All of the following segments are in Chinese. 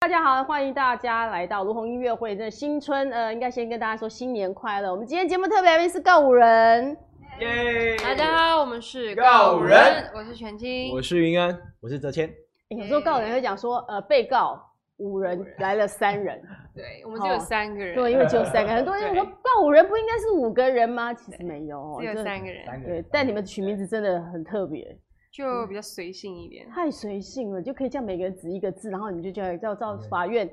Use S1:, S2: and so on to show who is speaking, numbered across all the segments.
S1: 大家好，欢迎大家来到卢红音乐会。这新春，呃，应该先跟大家说新年快乐。我们今天节目特别来宾是告五人，
S2: 耶！
S3: 大家好，我们是
S2: 告五人，
S3: 我是全清，
S4: 我是云安，我是哲谦。
S1: 诶哎有时候告五人会讲说，呃，被告五人来了三人，
S3: 对，我们只有三个人，
S1: 对，因为只有三个人。很多人说
S3: 对
S1: 告五人不应该是五个人吗？其实没有哦，
S3: 只有
S1: 真的
S3: 三个人，
S4: 三个
S1: 对
S4: 人，，
S1: 但你们取名字真的很特别，
S3: 就比较随性一点。
S1: 太随性了，就可以叫每个人指一个字，然后你们就叫叫到法院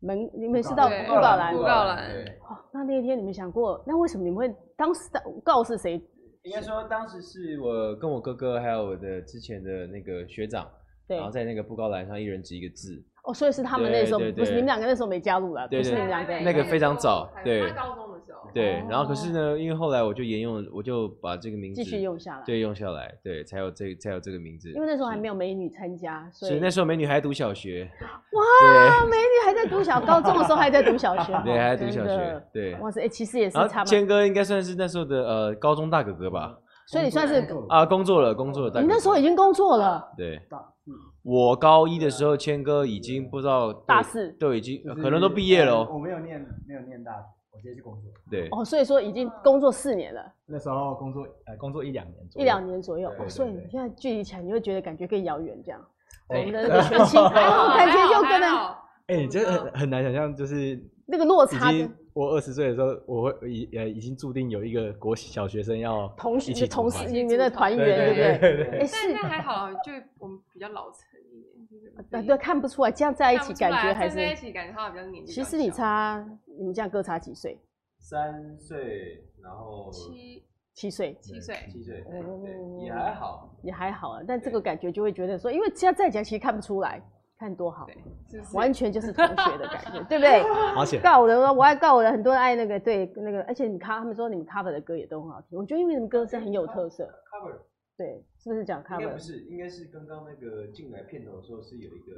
S1: 门，你们是到
S3: 对
S1: 布告栏
S3: 布
S1: 吗。
S3: 告栏
S2: 对
S1: 哦那那一天你们想过，那为什么你们会当时的告是谁？
S4: 应该说当时是我跟我哥哥还有我的之前的那个学长，
S1: 对
S4: 然，后在那个布告栏上一人指一个字，
S1: 哦，所以是他们那时候
S4: 对对
S1: 不是你
S4: 对
S1: 们两个那时候没加入啦，
S4: 对
S1: 不是
S4: 对
S1: 你们两个人
S4: 那个非常早对
S3: 他高中的时候，
S4: 对。
S1: 哦
S4: 然后可是呢，因为后来我就沿用，我就把这个名字
S1: 继续，用下来，
S4: 对，用下来，对，才有这才有这个名字。
S1: 因为那时候还没
S4: 有，
S1: 有美女参加，所
S4: 所以
S1: 以
S4: 那时候美女还读小学，
S1: 哇，美女还在读小高中的时候还在读小学，
S4: 对，还在读小
S1: 哦真的
S4: 学，对。
S1: 哇塞，哎，其实也是
S4: 然
S1: 差
S4: 后
S1: 蛮，
S4: 谦哥应该算是那时候的呃高中大哥哥吧，
S1: 所以你算是
S4: 啊，工作了，工作了大哥哥。
S1: 你那时候已经工作了，
S4: 对
S2: 大四，
S4: 我高一的时候，谦哥已经不知道
S1: 大
S4: 对
S1: 四
S4: 都已经
S2: 就是
S4: 可能都毕业了
S2: 我
S4: 哦。
S2: 没有念，没有念大学，我直接去工作。
S4: 对，
S1: 哦，所以说已经工作四年了，
S2: 那时候工作，呃，工作一两年左
S1: 一
S2: 右。
S1: 两年左右，
S2: 对
S1: 哦
S2: 对
S1: 所以
S2: 对
S1: 你现在距离起来，你会觉得感觉更遥远这样。我
S2: 对
S1: 们的 那个全新，还好，感觉就跟
S3: 还
S1: 那
S3: 好
S5: 哎、你真的很很难想象，就是已
S1: 那个嗯落差跟
S5: 经我二十岁的时候，我会已呃已经注定有一个国小学生要
S1: 同
S5: 一
S1: 事、
S5: 起
S1: 同
S5: 同
S1: 事、
S5: 班
S1: 你们的团
S5: 对
S1: 员，对不对？
S5: 对对
S1: 哎，
S5: 对，
S3: 但
S1: 是
S3: 但还好，就我们比较老成一点，就是
S1: 啊，
S3: 我自己
S1: 对，看不出来，这样在一起感觉还
S3: 站在一
S1: 是。
S3: 起感觉好像比较年纪比
S1: 其
S3: 较小。
S1: 实你差，你们这样各差几岁？
S4: 三岁，然后
S3: 七
S1: 七岁
S3: 七岁，
S4: 七岁
S1: 哦
S4: 好。
S1: 也还好啊，但这个感觉就会觉得说，因为现在在一起其实看不出来，看多好，
S3: 对，是不是？
S1: 完全就是同学的 感觉，对不对？
S5: 而且
S1: 告我的，我爱告我的，很多人爱那个，对那个，而且你 cover，他们说你们 cover 的歌也都很好听，我觉得因为你们歌声很有特色，
S4: cover
S1: 对，是不是讲
S4: 应该不
S1: cover？
S4: 是，应该是刚刚那个进来片头的时候是有一个，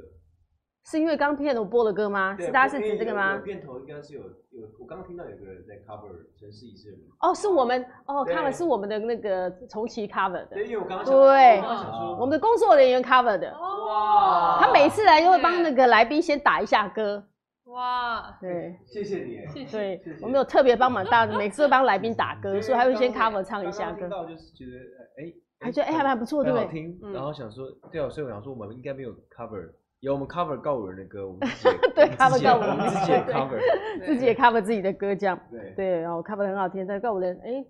S1: 是因为刚片我播的歌吗？
S4: 对
S1: 是大家是
S4: 因为
S1: 指这个吗
S4: 有？片头应该是有有，我刚刚听到有个人在 cover 城市一世的名字，
S1: 哦，是我们哦
S4: 对
S1: ，cover 是我们的那个重启 cover 的
S4: 对，，因为我刚刚想
S1: 对
S4: 我刚刚想
S1: 我
S4: 说，
S1: 们的工作人员 cover 的。
S3: 哇
S1: 他每次来都会帮那个来宾先打一下歌，
S4: 哦
S3: 哇，
S1: 对
S4: 谢谢你，
S3: 谢谢。
S1: 对
S4: 谢，谢
S1: 我们有特别帮忙大，每次都帮来宾打歌，
S4: 对
S1: 所以还会先
S4: 刚
S1: cover 唱一下
S4: 刚刚听
S1: 歌，
S4: 到就是觉得呃哎，
S1: 还觉得哎还蛮不错，对
S4: 很
S1: 不
S4: 好
S1: 对？
S4: 听，
S3: 嗯
S4: 然后想说，对啊，所以我想说，我们应该没有 cover，有我们 cover 告五人的歌，我们自己 也
S1: 对
S4: 我们自
S1: cover
S4: 己也
S1: 告五人
S4: 我们自己也 cover，
S3: 对
S1: 自己也 cover 自己的歌这样，
S4: 对对
S1: 对，然后 cover 得很好听，但告五人哎。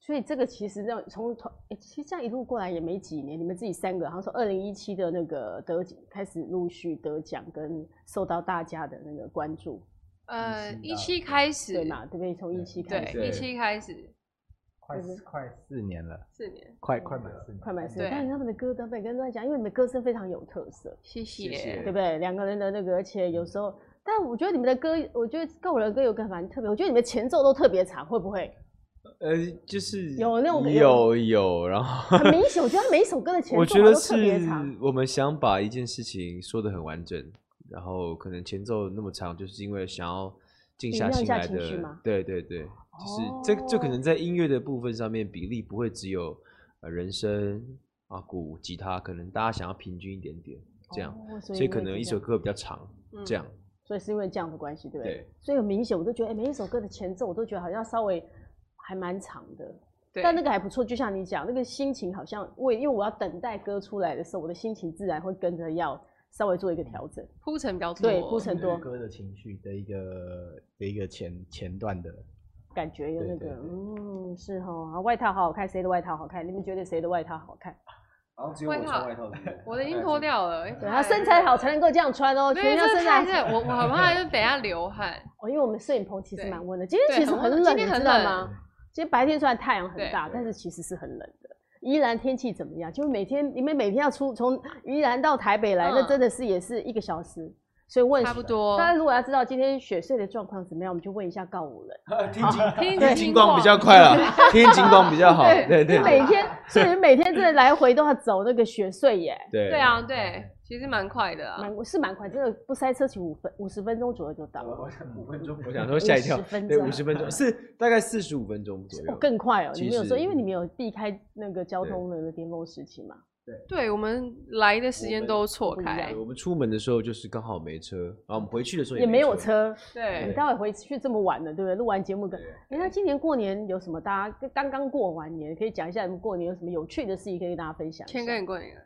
S1: 所以这个其实让从从哎，其实这样一路过来也没几年，你们自己三个，好像从二零一七的那个得开始陆续得奖跟受到大家的那个关注，
S3: 呃，一
S2: 一
S3: 期
S2: 期
S3: 开始
S1: 对嘛？对不对？从一七开始，
S3: 对，一期开始
S5: 快四快四年了，
S3: 四年，
S5: 快快满四年，
S1: 嗯快满四
S3: 对
S1: 但是他们的歌都被跟大家讲，因为你们歌声非常有特色，
S3: 谢
S4: 谢谢
S3: 谢。
S1: 对不对？两个人的那个，而
S4: 嗯
S1: 且有时候，但我觉得你们的歌，我觉得告五人的歌有个蛮特别，我觉得你们前奏都特别长，会不会？
S4: 呃，就是
S1: 有那种有
S4: 有有，然后
S1: 很明显，我觉得每一首歌的前奏
S4: 我
S1: 好
S4: 觉
S1: 像
S4: 得
S1: 都特别
S4: 是
S1: 长，
S4: 我们想把一件事情说的很完整，然后可能前奏那么长，就是因为想要静
S1: 酝
S4: 下
S1: 酿一
S4: 心
S1: 下
S4: 来
S1: 情绪
S4: 的
S1: 吗，哦
S4: 对对对，就是这这可能在音乐的部分上面比例不会只有呃人声啊鼓吉他，可能大家想要平均一点点这样，
S1: 哦
S4: 所以可
S1: 因为
S4: 能一
S1: 这
S4: 首
S1: 样，
S4: 歌比较长
S3: 嗯
S4: 这样，
S1: 所以是因为这样的关系，对不对？
S4: 对
S1: 所以很明显，我都觉得，哎、每一首歌的前奏，我都觉得好像稍微还蛮长的。
S3: 对，
S1: 但那个还不错，就像你讲，那个心情好像为，因为我要等待歌出来的时候，我的心情自然会跟着要稍微做一个调整，
S4: 嗯
S3: 铺陈比较多，
S1: 对，铺陈多
S5: 歌的情绪的一个的一个前前段的，
S1: 感觉有那个，
S5: 对对对
S1: 嗯，是哦，啊外套好好看，谁的外套好看？你们觉得谁的外套好看？
S4: 然后只有
S3: 外套
S4: 套，
S3: 我的已经脱。掉了。哎
S1: 对，他啊身材好才能够这样穿哦，
S3: 对，
S1: 全身
S3: 这
S1: 身
S3: 太
S1: 材
S3: 热，我我很怕就等一下流 汗。
S1: 哦，因为我们摄影棚其实
S3: 对
S1: 蛮温的，今天其
S3: 对
S1: 实
S3: 很
S1: 很
S3: 温
S1: 冷，
S3: 今天
S1: 你
S3: 很
S1: 知道
S3: 冷
S1: 吗？今天白天虽然太阳很
S3: 对
S1: 大，但是其实是很冷的。依然天气怎么样？就是每天你们每天要出从宜兰到台北来，那
S3: 嗯
S1: 真的是也是一个小时，所以问
S3: 差不 多
S1: 大家如果要知道今天雪穗的状况怎么样，我们就问一下告五人。
S4: 呃听金
S3: 听
S4: 听
S3: 金
S4: 金光比较快了，听金光比较好，对对
S1: 因为每
S4: 对
S1: 天，所以你们每天真的来回都要走那个雪穗 耶，
S4: 对
S3: 对啊，对，其实蛮快的啊。
S1: 蛮是蛮快，真的不塞车，起五分五十分钟左右就到了。
S4: 我五分钟，我想说吓一跳
S1: 50分，
S4: 对，
S1: 钟
S4: 五十分钟是大概四十五分钟左
S1: 哦
S4: 右，
S1: 更快哦！你
S4: 啊其
S1: 们有
S4: 实
S1: 说，因为你们有避开那个交
S4: 对
S1: 通的那个巅峰时期嘛，
S3: 对我们来的时间都错开
S4: 对，我们出门的时候就是刚好没车，然后我们回去的时候
S1: 也没有。车，你
S3: 对，
S1: 待会回去这么晚了，对不对？录完节目跟，哎，那今年过年有什么？大家刚刚过完年，可以讲一下你们过年有什么有趣的事情可以跟大家分享一下？
S3: 谦哥你过年了，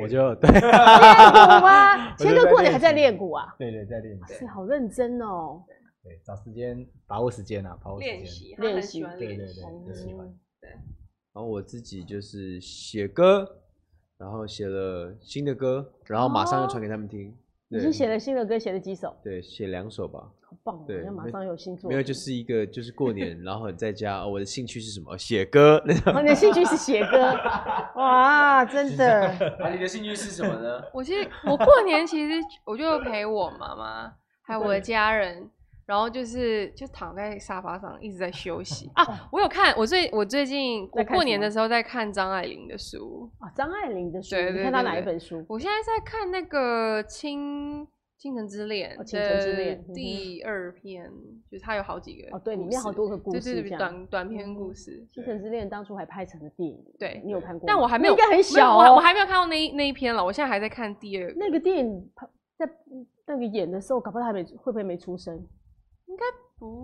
S5: 我就对
S1: 练鼓 啊，谦
S5: 我就
S1: 哥
S5: 在
S1: 过年还
S5: 练
S1: 在
S5: 习
S1: 练鼓啊，
S5: 对对，在练习，
S1: 是好认真哦。
S5: 对，找时间把握时间啊，把握时间
S3: 练，习，他很喜欢
S5: 对对
S3: 练习，
S1: 嗯
S5: 对，就喜欢。
S4: 然后我自己就是写歌，然后写了新的歌，然后马上就传给他们听。
S1: 已
S4: 对
S1: 哦经写了新的歌，写了几首，
S4: 对，写两首吧。
S1: 好棒哦！
S4: 对
S1: 要马
S4: 没
S1: 上有新作品，
S4: 没有，就是一个就是过年，然后很在家、哦我的兴趣是什么？写 歌。那种
S1: 哦，你的兴趣是写歌， 哇，真的，
S2: 啊那、你的兴趣是什么 呢？
S3: 我其实我过年其实我就陪我妈妈还有我的家人，然后就是就躺在沙发上一直在休息啊。我有看，我最我最近
S1: 哦在
S3: 我
S1: 看
S3: 过
S1: 什
S3: 年
S1: 么
S3: 的时候在看张爱玲的书，
S1: 啊，张爱玲的书，
S3: 对
S1: 你
S3: 对
S1: 看她
S3: 对
S1: 哪一
S3: 对
S1: 本书？
S3: 我现在在看那个《倾倾城之恋
S1: 哦》倾城之
S3: 的
S1: 恋
S3: 第二篇，就是它有好几个
S1: 哦，对，里
S3: 故
S1: 面好
S3: 事
S1: 多个故
S3: 对
S1: 事
S3: 对
S1: 这样。
S3: 对，
S1: 嗯
S3: 短短篇故事。
S1: 《倾城之恋》当初还拍成了电影，
S3: 对
S1: 你有看过吗？
S3: 但我还没
S1: 那
S3: 有，
S1: 应该很小
S3: 没有我还
S1: 哦。
S3: 我还没有看到那一那一篇了。我现在还在看第二个，
S1: 那个电影拍在那个演的时候，搞不好他还没会不会没出生？
S3: 不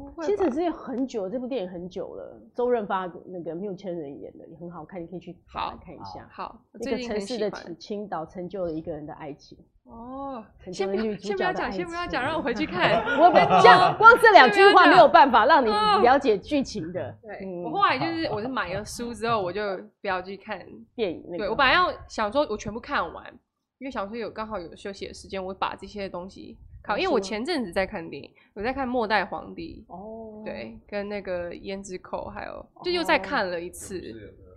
S3: 会
S1: 《
S3: 吧
S1: 倾城之恋》很久，这部电影很久了，周润发那个缪千人演的也很好看，你可以去找来
S3: 好
S1: 看一下。
S3: 好，我
S1: 一个
S3: 最近
S1: 城
S3: 很
S1: 市
S3: 喜
S1: 的
S3: 欢。
S1: 倾倾倒成就了一个人的爱情。
S3: 哦
S1: 成，
S3: 先
S1: 就
S3: 不
S1: 了女
S3: 要
S1: 主
S3: 先不
S1: 角
S3: 要
S1: 的
S3: 讲，
S1: 爱
S3: 先不
S1: 情啊
S3: 要讲，让我回 去看。哦
S1: 我们这样光这两句话没有办法让你
S3: 啊
S1: 了解剧情的。
S3: 对
S1: 嗯
S3: 我后来就是我是买了书之后，我就不要去看。
S1: 电影那个，
S3: 对我本来要想说我全部看完，因为想说有刚好有休息的时间，我把这些东西看完。因为我
S1: 是吗
S3: 前阵子在看电影，我在看《末代皇帝》。
S1: 哦，
S3: 对，跟那个胭脂扣，还有就又再看了一次。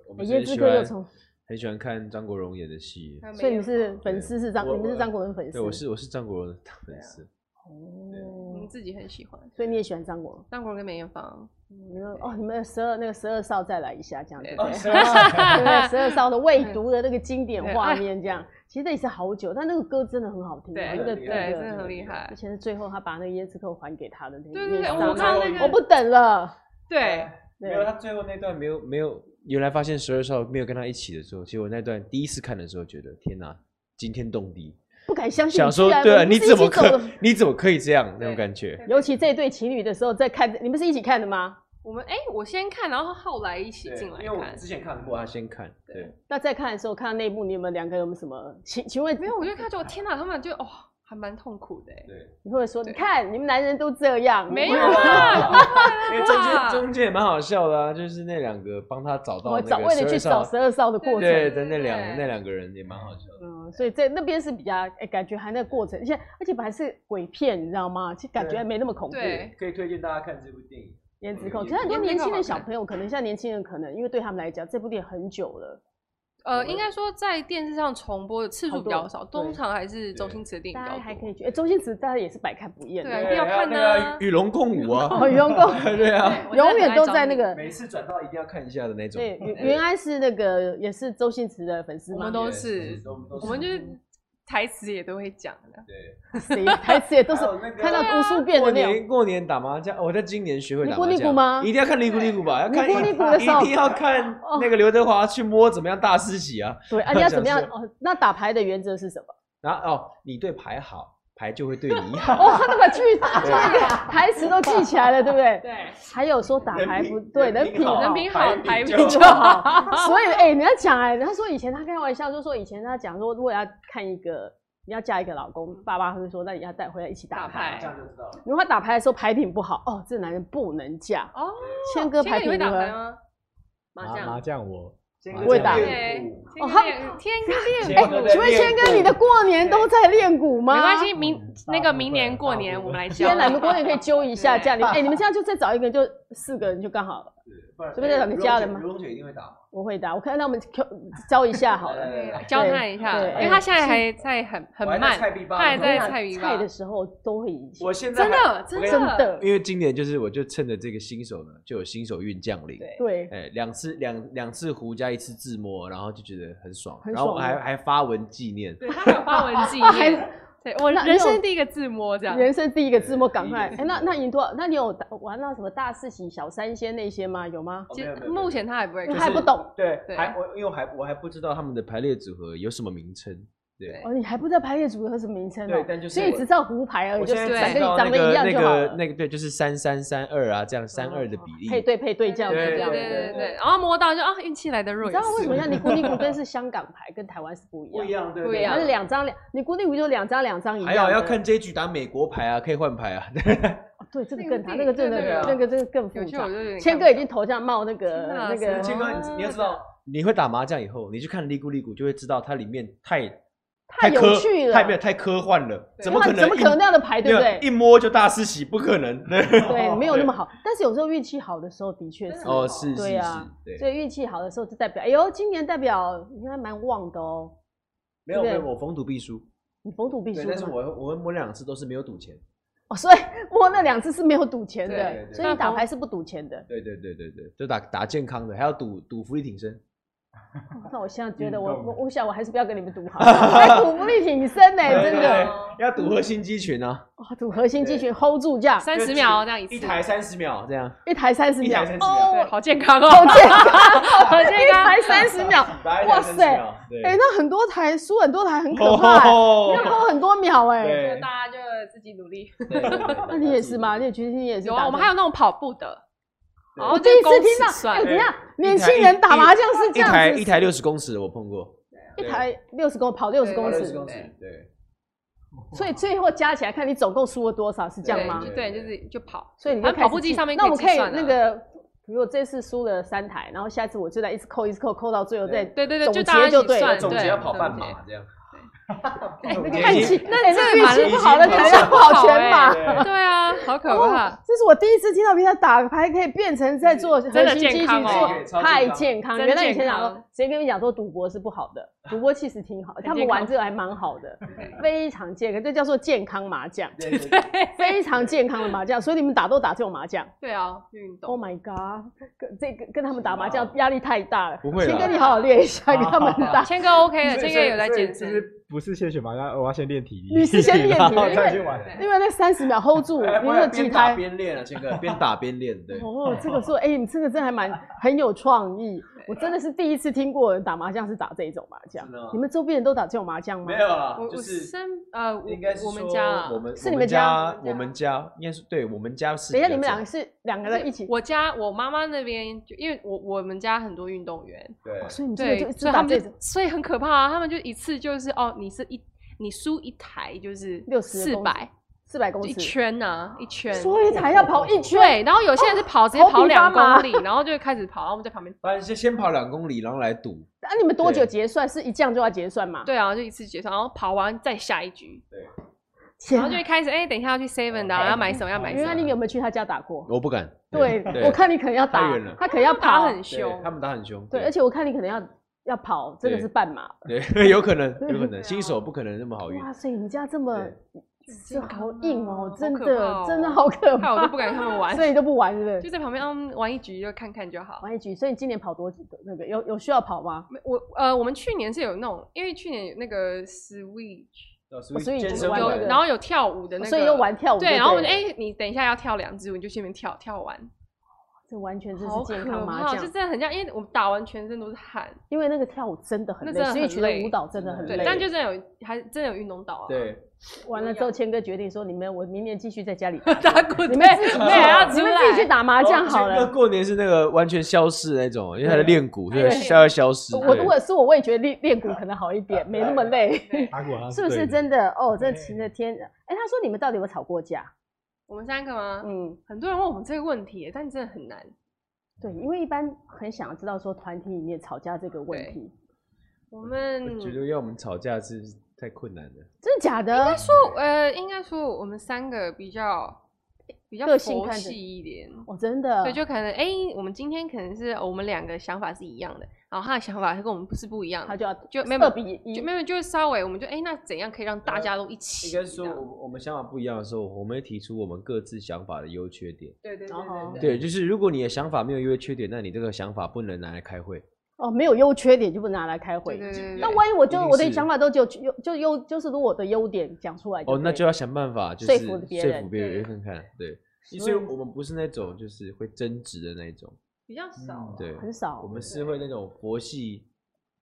S4: 我
S1: 哎，
S4: 们
S1: 胭
S4: 很
S1: 脂
S4: 喜
S1: 哥又
S4: 欢
S1: 从，
S4: 很喜欢看张国荣演的戏
S3: 还。有
S1: 所以
S3: 梅
S1: 你
S3: 艳
S1: 是
S3: 芳
S1: 粉丝是张，
S4: 我
S1: 你们是
S4: 我
S1: 张国荣粉丝，
S4: 对，我是我是张国荣的大粉丝。
S1: 哦
S3: 我们嗯自己很喜欢
S1: 所以你也喜欢张国荣。
S3: 张国荣跟梅艳芳。
S1: 你们哦，你们十二那个十二少再来一下，这样对不
S3: 嗯对嗯
S1: 对？
S2: 十
S1: 对
S2: 二少
S1: 不对？十二少的未读的那个经典
S3: 对
S1: 画
S3: 哎
S1: 面，这样其实那也是好久，但那个歌真的很好听啊，那
S3: 对
S1: 个
S3: 对，
S2: 对
S1: 那
S3: 真的
S1: 个，
S3: 很厉害
S1: 而。且是最后他把那个椰子扣还给他的那
S3: 对对
S1: 那
S3: 对，
S1: 一
S3: 我
S1: 刹
S3: 看
S1: 那
S3: 那个，
S1: 我不等了，
S3: 对，
S2: 没有，他最后那段没
S4: 没有没有，原来发现十二少没有跟他一起的时候，其实我那段第一次看的时候，觉得天哪，惊天动地，
S1: 不敢相信。
S4: 想说
S1: 居然
S4: 对
S1: 我
S4: 啊，
S1: 们
S4: 你
S1: 是一
S4: 怎么
S1: 起走的
S4: 可 你怎么可以这样那种
S3: 对
S4: 感觉？
S1: 尤其这对情侣的时候，在看，你们是一起看的吗？
S3: 我们哎，我先看，然后后来一起进来
S2: 因为我
S3: 看
S2: 之。前看
S4: 我
S2: 过
S4: 要
S2: 啊，
S4: 先看，对，
S1: 那在看的时候，看到那一幕，你们两个有没有什么？请请问，
S3: 没有，我就看着我天哪，他们就哦，还蛮痛苦的哎。
S1: 你会不会说，你
S3: 对
S1: 看你们男人都这样？
S3: 没有啊，
S4: 因为中间中间也蛮好笑的啊，就是那两个帮他找到
S1: 我找
S4: 那
S1: 为
S4: 个
S1: 了
S4: 十
S1: 去
S4: 二
S1: 找
S4: 少，
S1: 十二少的过程，
S4: 对
S3: 对
S4: 的那两
S3: 对
S4: 那两个人也蛮好笑的。
S1: 嗯，所以在那边是比较，哎，感觉还那个过程，而且而且本来是鬼片，你知道吗？其实感觉
S2: 对
S1: 还没那么恐怖。
S3: 对，
S2: 可以推荐大家看这部电影。
S1: 颜值控，
S2: 嗯
S1: 其实很多
S3: 颜值
S1: 年轻
S3: 控
S1: 的
S3: 好
S1: 小
S3: 看
S1: 朋友，可能现在年轻人可能，因为对他们来讲，这部电影很久了，
S3: 呃，应该说在电视上重播的次数比较少，
S1: 好多对
S3: 通常还是周星驰的电影
S1: 大
S3: 比
S1: 家
S3: 较
S1: 还可
S3: 多。
S1: 以觉得，哎，周星驰当然也是百看不厌
S3: 对，一
S1: 的，
S3: 定要
S2: 还有
S3: 看
S2: 那
S3: 啊！
S4: 与龙共舞啊
S1: 哦，， 员工
S4: 对啊，
S3: 我真的
S1: 永
S3: 很
S1: 远
S3: 爱
S1: 都
S3: 张
S1: 在
S3: 力
S1: 那个，
S2: 每次转到一定要看
S4: 看一下的那种。哎
S1: 对，原原来是那个也是周星驰的粉丝
S3: 我
S1: 吗
S3: 们？都是，
S2: 我们都
S3: 我们就是 台词也都会讲的。
S4: 对，
S1: 谁台词也 都是
S2: 还有那个
S1: 看到
S3: 对
S1: 无
S3: 啊
S1: 数遍
S4: 过
S1: 的那种。
S4: 年过年打麻将，我在今年学会
S1: 尼
S4: 打麻将。
S1: 姑尼姑吗
S4: 一定要看尼姑尼姑吧，要看
S1: 尼姑尼姑的哦
S4: 一
S1: 时候
S4: 一定要看那个刘德华去摸怎么样大师级啊。
S1: 对，啊，你要
S4: 想
S1: 怎么样？
S4: 说
S1: 哦，那打牌的原则是什么？
S4: 然后哦，你对牌好，牌就会对你 好。
S1: 哦，他那个句，就那个台词都记起来了，对不对？
S3: 对，
S1: 还有说打牌不对，人品
S3: 人
S1: 好
S3: 品
S2: 好
S3: 好，
S2: 排
S3: 台
S2: 比
S3: 比
S2: 较
S1: 就
S3: 较
S1: 好。所以，哎、你要讲哎、他说以前他开玩笑，就说以前他讲说，如果要看一个，你要嫁一个老公，爸爸会说，那你要带回来一起打
S3: 打
S1: 牌。
S2: 这
S3: 牌
S2: 样就知道了。
S1: 如果他打牌的时候牌品不好，哦，这男人不能嫁。
S3: 哦，
S1: 谦哥
S3: 谦
S1: 牌
S3: 你
S1: 品
S3: 会
S1: 如
S3: 打
S1: 何哦
S3: 牌？吗？麻
S5: 麻麻
S3: 将。
S5: 将我
S2: 先
S5: 麻
S2: 跟
S1: 我也
S2: 这
S1: 打
S2: 个
S3: 对
S2: 舞，
S3: 天
S1: 哦他
S3: 哥练 天哥
S2: 谦
S3: 练舞
S2: 哥在
S1: 哎请问谦哥，你的过年都在练鼓吗？
S3: 没关系，明
S5: 大
S3: 那个
S5: 部
S3: 明
S5: 分
S3: 年过
S5: 大部
S3: 年我们
S5: 分
S3: 来教
S1: 今天来，我们过 年可以揪一下
S3: 对
S1: 家里。哎、你们这样就再找一个人，就四个人就刚好了。
S2: 不然
S1: 随便再找个家人吗
S2: 如龙姐一定会打嘛。
S1: 我会打，我看那我们教一下好了。
S2: 来来来
S3: 教他一下，
S1: 对
S3: 因为他现在还在很很
S2: 我还在
S3: 慢，
S2: 菜逼吧
S3: 他还在
S1: 我跟
S3: 菜
S1: 你
S3: 逼
S1: 讲
S3: 吧
S1: 菜的，时候都会影响。
S2: 我现在
S3: 真
S2: 还
S3: 的真的
S1: 真的，
S4: 因为今年就是，我就趁着这个新手呢，就有新手运降临。
S3: 对
S1: 对，
S4: 哎，两次两两次胡加一次自摸，然后就觉得很爽，
S1: 很
S4: 然后
S1: 爽
S4: 还
S1: 啊
S4: 还发文纪念。
S3: 对他还有发文纪 念，
S1: 还
S3: 对我
S1: 那
S3: 人
S1: 你有
S3: 生第一个自摸这样，
S1: 人生第一个字幕，赶
S4: 第一
S1: 快！哎、
S4: 个字
S1: 那那你多，那你有打玩到什么大四喜、小三仙那些吗？有吗？
S2: 哦
S3: 其
S2: 没
S3: 实
S2: 有没有没有
S3: 目前他还不会
S1: 因为
S3: 看，
S1: 他还不懂
S2: 对，
S3: 对
S2: 还我因为我还我还不知道
S4: 他
S2: 他们
S4: 们的排列组合有什么名称？对
S3: 对，
S1: 哦，你还不知道排列组合是什么名称、哦？
S2: 对但就是
S1: 所以
S2: 我
S1: 只知道胡牌而已，
S4: 我
S1: 就
S4: 现
S1: 是
S4: 在
S1: 反
S4: 知
S1: 正
S4: 道
S1: 长
S4: 那
S1: 得一
S4: 个
S1: 样
S4: 那
S1: 就好了。嗯
S4: 个那个对，就是三三三二啊，这样三二的比例。
S1: 配对配对这样子
S2: 对
S1: 这样子。
S3: 对对
S2: 对
S3: 对，然后摸到就啊运气来的弱
S1: 你
S3: 一
S1: 知
S3: 次，
S1: 道为什么像尼古尼古跟是香港牌，跟台湾是不一
S2: 不
S1: 样
S2: 一？样，对
S3: 不一
S2: 对
S3: 样
S1: 它是两张两，尼古尼古就两张两张一样
S4: 还
S1: 的。
S4: 哎好要看这一局打美国牌啊，可以换牌啊。
S1: 哦对这个
S3: 那个
S1: 更他
S3: 地
S1: 那个真的
S3: 对
S2: 对啊
S1: 那个真的更复
S3: 有些我
S1: 杂
S3: 就。有点
S1: 谦
S3: 看不
S1: 哥已
S3: 懂
S1: 经头上冒那个
S3: 天哪
S1: 那
S3: 什么
S1: 个，
S2: 谦哥，你你要知
S1: 哦
S2: 道，
S4: 你会打麻将以后，你去看利咕利咕，就会知道它里面太
S1: 太有
S4: 科
S1: 趣了
S4: 太没有太科幻了，
S3: 对
S4: 怎么可能一？
S1: 怎么可能那样的牌，对不
S4: 没有
S1: 对？
S4: 一哦摸就大师喜，不可能。
S1: 对，没有那么好。但是有时候运气好的时候，的确是。
S4: 哦，是是
S1: 对
S4: 是
S1: 啊，所
S4: 对。
S1: 以运气好的时候，就代表，哎呦，今年代表你还蛮旺的哦，
S4: 没有没有，
S1: 对
S4: 我逢赌必输。
S1: 你逢赌必
S4: 对，
S1: 输
S4: 但
S1: 的
S4: 是
S1: 嘛。
S4: 我我会摸两次都是没有赌钱。
S1: 哦，所以摸那两次是没有赌钱
S3: 对
S2: 对
S1: 的，
S2: 对
S1: 所以你打牌是不赌钱的。
S4: 对对对对对，就打打健康的，还要赌赌福利挺身。
S1: 那我现在觉得我，
S5: 运
S1: 我
S5: 动
S1: 我想我还是不要跟你们赌好 了，还赌不力挺身呢，
S4: 对
S1: 哎真
S4: 对
S1: 的哦
S4: 对。要赌核心肌群啊，
S1: 哇，赌核心肌群 hold 住这样，
S3: 三十秒这样一次，
S4: 一台三十秒这样。
S1: 一台三十
S4: 一台
S1: 秒
S4: 30，秒
S3: 对
S1: 哦，
S3: 好健康
S1: 好
S3: 哦，
S1: 健 康，
S3: 好健
S1: 一
S3: 康
S1: 台三十秒，
S4: 打一台
S1: 哇
S4: 30
S1: 塞
S4: 秒，对
S1: 哎，那很多台输很多台很可怕欸，
S4: 哦
S1: 要 hold 很多秒哎。
S4: 对
S3: 大家就自己努力。
S4: 对对对对
S1: 那你也是吗？你也觉得你也是
S3: 有
S1: 打
S3: 啊，
S1: 这
S3: 我们
S1: 个
S3: 还有那种跑步的，
S4: 对
S3: 然
S1: 我
S3: 后
S1: 第
S3: 就
S1: 一
S3: 哦
S1: 次
S3: 公尺
S1: 听到，
S3: 算
S1: 哎，等一下，
S4: 一
S1: 年
S4: 台
S1: 轻
S4: 一
S1: 人打
S4: 一
S1: 麻将是 这
S4: 一
S1: 样
S4: 台
S1: 子
S4: 一台六十公尺的我碰过，
S1: 一台六十公跑六十
S3: 对
S1: 公
S3: 对
S1: 尺
S4: 六
S3: 对
S4: 十公
S3: 对
S4: 尺，对，
S1: 所以最后加起来看你总共输了多少，是这样
S3: 对，
S1: 吗
S3: 就？对，就是就跑。
S1: 所以你就
S3: 反
S1: 开始
S3: 正啊跑步机
S1: 记
S3: 上面
S1: 那我们
S3: 可
S1: 可
S3: 以
S1: 以
S3: 计算
S1: 那
S3: 啊
S1: 个，比如我这次输了三台，然后下次我就在一直扣一直扣，扣到最后再
S3: 对对对，
S1: 总
S3: 就大家
S1: 结
S3: 一
S1: 就
S3: 起
S1: 对了。
S3: 算，
S2: 总结
S3: 对
S2: 要跑半。
S3: 总结
S2: 马这样。
S1: 那
S2: 总
S1: 个
S2: 结
S1: 看
S4: 已经
S1: 气，哎那你这个
S3: 这蛮
S1: 运气不好的，
S4: 已
S1: 可
S4: 经
S1: 能要跑全马。
S2: 对
S3: 对啊，好可
S1: 哦
S3: 怕！，
S1: 这是我第一次听到别人打牌可以变成在做核
S3: 真的
S1: 心肌群
S3: 健康哦
S2: 对
S1: 做，
S2: 超健康
S1: 太健康。
S3: 真
S1: 原来以前
S3: 健
S1: 讲
S3: 康
S1: 说，谁跟你讲说赌博是不好的？赌博其实挺好，他们
S3: 健
S1: 玩
S3: 康
S1: 这个还蛮好的，非常健康，这叫做健康麻将，
S2: 对对对
S1: 非常健康的麻将。所以你们打都打这种麻将。
S3: 对啊，运
S1: Oh
S3: 动。
S1: my god，跟这个跟他们打麻
S2: 是
S1: 将
S2: 吗
S1: 压力太大了。
S4: 不会啦
S1: 先跟你好好练一下，跟他们打。
S3: 谦哥 OK 的，
S5: 所
S3: 谦
S5: 以
S3: 哥有在
S5: 所以
S3: 健
S5: 其
S3: 身，
S5: 实不是先选麻将，我要先练体力。
S1: 你是先练体力
S5: 然后再去玩。
S3: 对
S1: 因为那三十秒 hold 住，
S4: 哎
S1: 你
S4: 不
S1: 那
S4: 然
S1: 几
S4: 边打
S1: 台。
S4: 边练啊，谦哥，边打边练， 对，
S1: 哦，这个说，哎、你这个真的还蛮很有创 意。我真的是第一次听过有人打麻将是打这一种麻将
S2: 真的吗。
S1: 你们周边人都打这种麻将吗？
S2: 没有啦
S3: 我，
S2: 就
S3: 我
S2: 是
S3: 身呃，我
S2: 应该是
S3: 我们
S2: 说
S3: 家啊
S4: 我们
S1: 是
S4: 我
S1: 你们
S4: 们
S1: 家
S4: 我们家应该是对我们家是
S1: 等一
S4: 比较这样。
S1: 下，你们两个是两个人一起，
S3: 我家我妈妈那边，就因为我我们家很多运动员，
S2: 对
S1: 所以你们这个就
S3: 对
S1: 一，直
S3: 所以他
S1: 打
S3: 们
S1: 这
S3: 就
S1: 种。
S3: 所以很可怕啊！他们就一次就是哦，你是一你输一台就是
S1: 60
S3: 四百
S1: 四百公
S3: 一
S1: 尺，
S3: 圈呐、啊，一圈。
S1: 所以才要跑一圈。
S3: 对，然后有些人是跑直接
S1: 哦好
S3: 跑
S1: 比
S3: 两
S1: 方嘛
S3: 公里， 然后就开始跑，然后我们在旁边。
S4: 反正先先跑两公里，然后来赌。
S1: 啊，你们多久
S4: 对
S1: 结算？是一降就要结算吗？，
S3: 对啊，就一次结束，然后跑完再下一局，
S1: 天
S3: 然
S1: 啊
S3: 后就会开始哎、等一下要去 Seven
S2: 哦
S3: 的、啊，要买什么要买什
S1: 原来
S3: 么。
S1: 你有没有去他家打过？
S4: 我不敢。
S1: 对，我看你可能要打
S4: 太远了，
S1: 他可能要
S3: 他
S1: 跑
S3: 很凶
S4: 对，他们打很凶。
S1: 对，而且我看你可能要要跑，真的
S4: 对
S1: 是半马。
S4: 对，有可能，有 可
S3: 对啊
S4: 能，新手不可能那么好运。
S1: 哇塞，你家这么
S4: 对
S1: 这好硬哦，真
S3: 好可
S1: 的、
S3: 怕哦
S1: 真的好可
S3: 害
S1: 怕，
S3: 我都不敢跟他们玩，
S1: 所以都不玩是不是
S3: 就在旁边嗯玩一局就看看就好。
S1: 玩一局，所以你今年跑多那个有有需要跑吗？
S3: 没我呃，我们去年是有那种，因为去年有那个 Switch
S4: 哦
S1: 哦所以你
S4: 健
S1: 就是
S4: 身
S1: 玩
S4: 环
S1: 那
S3: 有，
S1: 个
S3: 然后有跳舞的那个，
S1: 所以又玩跳舞就
S3: 对，然后我们
S1: 对了
S3: 哎、你等一下要跳两支舞，你就去那边跳跳完，
S1: 这完全就是
S3: 好
S1: 健
S3: 可
S1: 康麻
S3: 怕，就
S1: 将，
S3: 真的很像，因为我们打完全身都是汗，
S1: 因为那个跳舞真的很
S3: 那
S1: 累，
S3: 真的
S1: 所以
S3: 很
S1: 觉得
S3: 累
S1: 舞蹈真的很
S3: 对
S1: 累。，
S3: 但就真的有还真的有运动到啊，，
S4: 对，
S1: 完了之后，谦哥决定说：“你们我明年继续在 家里
S3: 打滚
S1: 你们
S3: 自己
S1: 你们
S3: 也要
S1: 你
S3: 出
S1: 们自己去
S3: 来，
S1: 打麻将啊好
S4: 哦那
S5: 哦
S1: 了。
S4: 过年是那个完全消失的那种，因为他在练鼓，所以
S1: 对
S4: 消要消失。
S1: 我
S4: 对
S1: 如果是我，我也觉得练练鼓可能好一 点，没那么累，
S5: 打鼓好像
S1: 是不是
S5: 啊对的
S1: 真的？哦，这
S5: 对
S1: 晴的天！哎，他说你们到底有没有吵过架？
S3: 我们三个吗？
S1: 嗯，
S3: 很多人问我们这个问题，但真的很难。
S1: 对，因为一般很想要知道说团体里面吵架这个问
S3: 对
S1: 题，
S3: 我们
S4: 我觉得要我们吵架是太困难了。
S1: 真的假的？
S3: 说呃，应该说我们三个比较比较
S1: 个性
S3: 佛
S1: 看着
S3: 系一点，
S1: 哦，真的，
S3: 对，就可能哎、我们今天可能是我们两个想法是一样的，然后他的想法是跟我们不是不一样
S1: 他
S3: 的，
S1: 就要
S3: 就没有
S1: 二比一，
S3: 就没有就是稍微我们就哎、那怎样可以让
S4: 呃
S3: 大家都一起？
S4: 应该是说，
S3: 这
S4: 我
S3: 样
S4: 们我们想法不一样的时候，我们会提出我们各自想法的优缺点。
S3: 对对对
S1: 哦
S3: 对
S4: 对，就是如果你的想法没有优缺点，那你这个想法不能拿来开会。
S1: 哦，没有优缺点就不拿来开
S3: 对
S1: 会。
S3: 对对对
S1: 那
S3: 对，
S1: 万一我就
S4: 一定
S1: 我的
S4: 是
S1: 想法都只有优就优就是如果我的优点讲出来
S4: 哦，那就
S1: 要
S4: 要想办法，就是
S1: 说
S4: 说
S1: 服
S4: 服
S1: 别人
S4: 别人
S3: 对
S4: 看看，对。
S1: 所
S4: 所以
S1: 以
S4: 我们不是那种就是会争执的那一种，
S3: 比较少
S2: 嗯。
S4: 对，
S1: 很少
S4: 我。们是会那种佛系，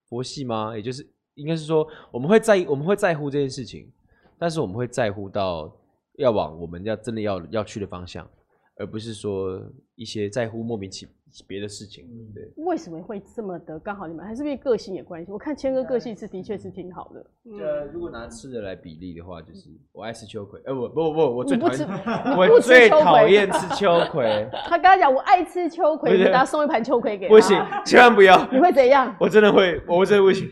S4: 佛系吗？也就是应该是说我们会在意，我们会在乎这件事情，但是我们会在乎到要往我们要真的要要去的方向，而不是说一些在乎莫名其别的事情。
S2: 嗯
S4: 对，
S1: 为什么会这么的？刚好你们还是因为个性有关系。我看谦哥个性是的确是挺好的，
S4: 呃，
S3: 嗯，
S4: 如果拿吃的来比例的话，就是我爱吃秋葵，哎、我不不嗯不，我
S1: 你
S4: 最
S1: 不
S4: 讨
S1: 吃，
S4: 厌，
S1: 你不
S4: 我
S1: 吃
S4: 最
S1: 秋葵
S4: 讨厌吃 秋葵，
S1: 他刚刚讲我爱吃秋葵，
S4: 不
S1: 你
S4: 是
S1: 给他送一盘秋葵给他，
S4: 不行，千万不要，
S1: 你会怎样？
S4: 我真的会，我真的不 行，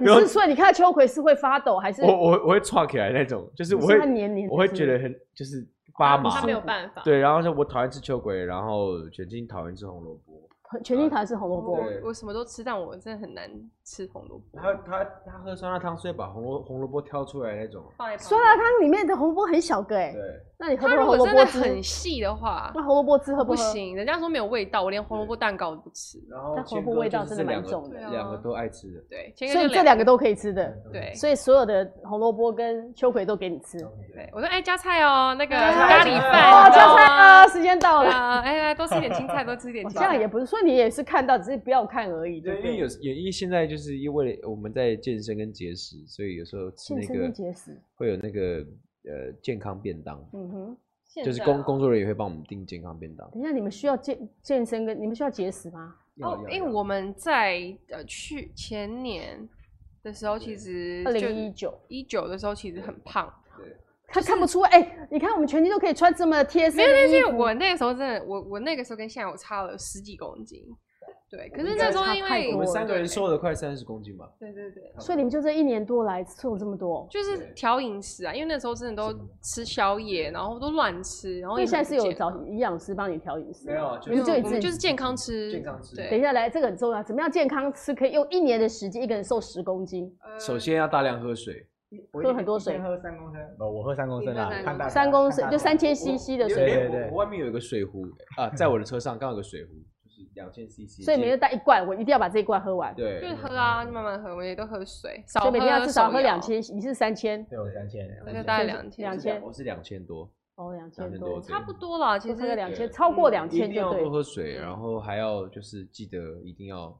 S1: 你是所以你看秋葵是会发抖还是？
S4: 我我我会岔起来那种，就是我会
S1: 它黏黏的
S4: 我会
S1: 是
S4: 觉得很就是发麻
S3: 啊他没，有办法。
S4: 对，然后就我讨厌吃秋葵，然后卷进讨厌吃红萝卜，
S1: 全金糖是红萝卜
S3: 我，
S4: 对
S3: 我什么都吃，但我真的很难吃红萝卜。
S4: 他他他喝酸辣汤，所以把红萝红萝卜挑出来那种，
S3: 放在旁边
S1: 酸辣汤里面的红萝卜很小个哎、
S4: 对，
S1: 那你喝不喝
S3: 它如
S1: 红
S3: 果
S1: 萝
S3: 真的
S1: 卜汁？
S3: 很细的话，
S1: 那红萝卜汁喝
S3: 不
S1: 喝？，
S3: 行。人家说没有味道，我连红萝卜蛋糕都不吃。
S4: 然后
S1: 但红
S4: 谦
S1: 萝
S4: 哥
S1: 卜味
S4: 就
S1: 道
S4: 是
S1: 真
S4: 这
S1: 的蛮
S4: 两个
S1: 重
S3: 的对啊
S4: 两个都爱吃的，
S3: 对，所
S1: 所以这两个都可以吃的，
S3: 对。
S1: 所以所有的红萝卜跟秋葵都给你吃。
S3: 对，我说哎，加菜哦，那个
S1: 加菜
S3: 咖喱饭
S1: 哇，
S3: 哦，
S1: 加菜啊，时间到了，
S3: 啊，哎来多吃一点青菜，多吃一点
S1: 哦
S3: 青
S1: 这
S3: 菜。
S1: 样也不是，所以你也是看到，只是不要看而已，对
S4: 对，
S1: 不
S4: 因为有
S1: 对？
S4: 也因为现在就是因为我们在健身跟节食，所以有时候吃
S1: 健
S4: 那
S1: 身跟
S4: 个
S1: 节食，
S4: 会有那个呃健康便当，
S1: 嗯哼。
S3: 现
S4: 就是
S3: 在
S4: 工
S3: 啊哦
S4: 工作人员会帮我们订健康便当。
S1: 等一下，你们需要健健身跟你们需要节食吗？
S4: 要
S3: 哦，
S4: 要
S3: 因为
S4: 要
S3: 我们在呃去前年的时候，其实
S1: 二零一九，
S3: 一九的时候其实很胖，
S1: 他看不出来。哎，你看我们全军都可以穿这么贴身
S3: 没有，
S1: 的
S3: 但
S1: 衣
S3: 是
S1: 服，
S3: 我那个时候真的，我我那个时候跟现在我差了十几公斤，对。可
S1: 我
S3: 是
S1: 们真
S3: 那
S1: 的
S3: 时候
S1: 差
S3: 因
S1: 太
S3: 为
S1: 多
S4: 我们三个人
S3: 对
S4: 瘦了快三十公斤吧。
S3: 对对对，
S1: 所以你们就这一年多来瘦了这么多。
S3: 就是调饮食啊，因为那时候真的都吃宵夜，然后都乱吃，然后
S1: 因为
S3: 也
S1: 现在
S3: 很
S1: 是
S3: 不
S1: 有
S3: 健
S1: 找
S3: 康
S1: 营养师帮你调饮食吗，
S4: 没有啊
S1: 你们就
S3: 嗯
S1: 一
S3: 我们
S1: 直
S3: 就是健康吃，
S4: 健康吃
S3: 对，
S1: 等一下来，这个很重要，怎么样健康吃可以用一年的时间，一个人瘦十公斤，
S3: 呃
S4: 首先要大量喝水，
S2: 我
S1: 喝
S2: 一
S1: 很多
S2: 一天
S1: 水
S2: 喝三公升，
S5: 哦，我喝三公升啦
S3: 你喝三公升，
S2: 看大家
S1: 三公升
S2: 看大家
S1: 就三千 CC 的
S5: 对
S1: 水，
S5: 对
S4: 哎
S5: 对
S4: 我外面有一个水壶啊，在我的车上刚好有个水壶，就是两千 CC，
S1: 所以每天带一罐，我一定要把这一罐喝完，
S4: 对，
S3: 就是喝啊，就慢慢喝，我也都喝水，少
S1: 所以每天要
S3: 喝
S1: 至少
S3: 手
S1: 喝
S3: 摇
S1: 两，千，你是三千，
S5: 对我三千，
S3: 我
S5: 三
S3: 就
S5: 千
S3: 大概嗯两千，
S1: 两千
S4: 我是两千多，
S1: 哦，两千
S4: 两千
S1: 多
S4: 多，，
S3: 差不多啦，其
S1: 就
S3: 实
S1: 喝个两千，
S4: 对
S1: 超过
S3: 嗯
S1: 两
S4: 一
S1: 千
S4: 定
S1: 就
S4: 要多
S1: 对。
S4: 喝水，然后还要就是记得一定要，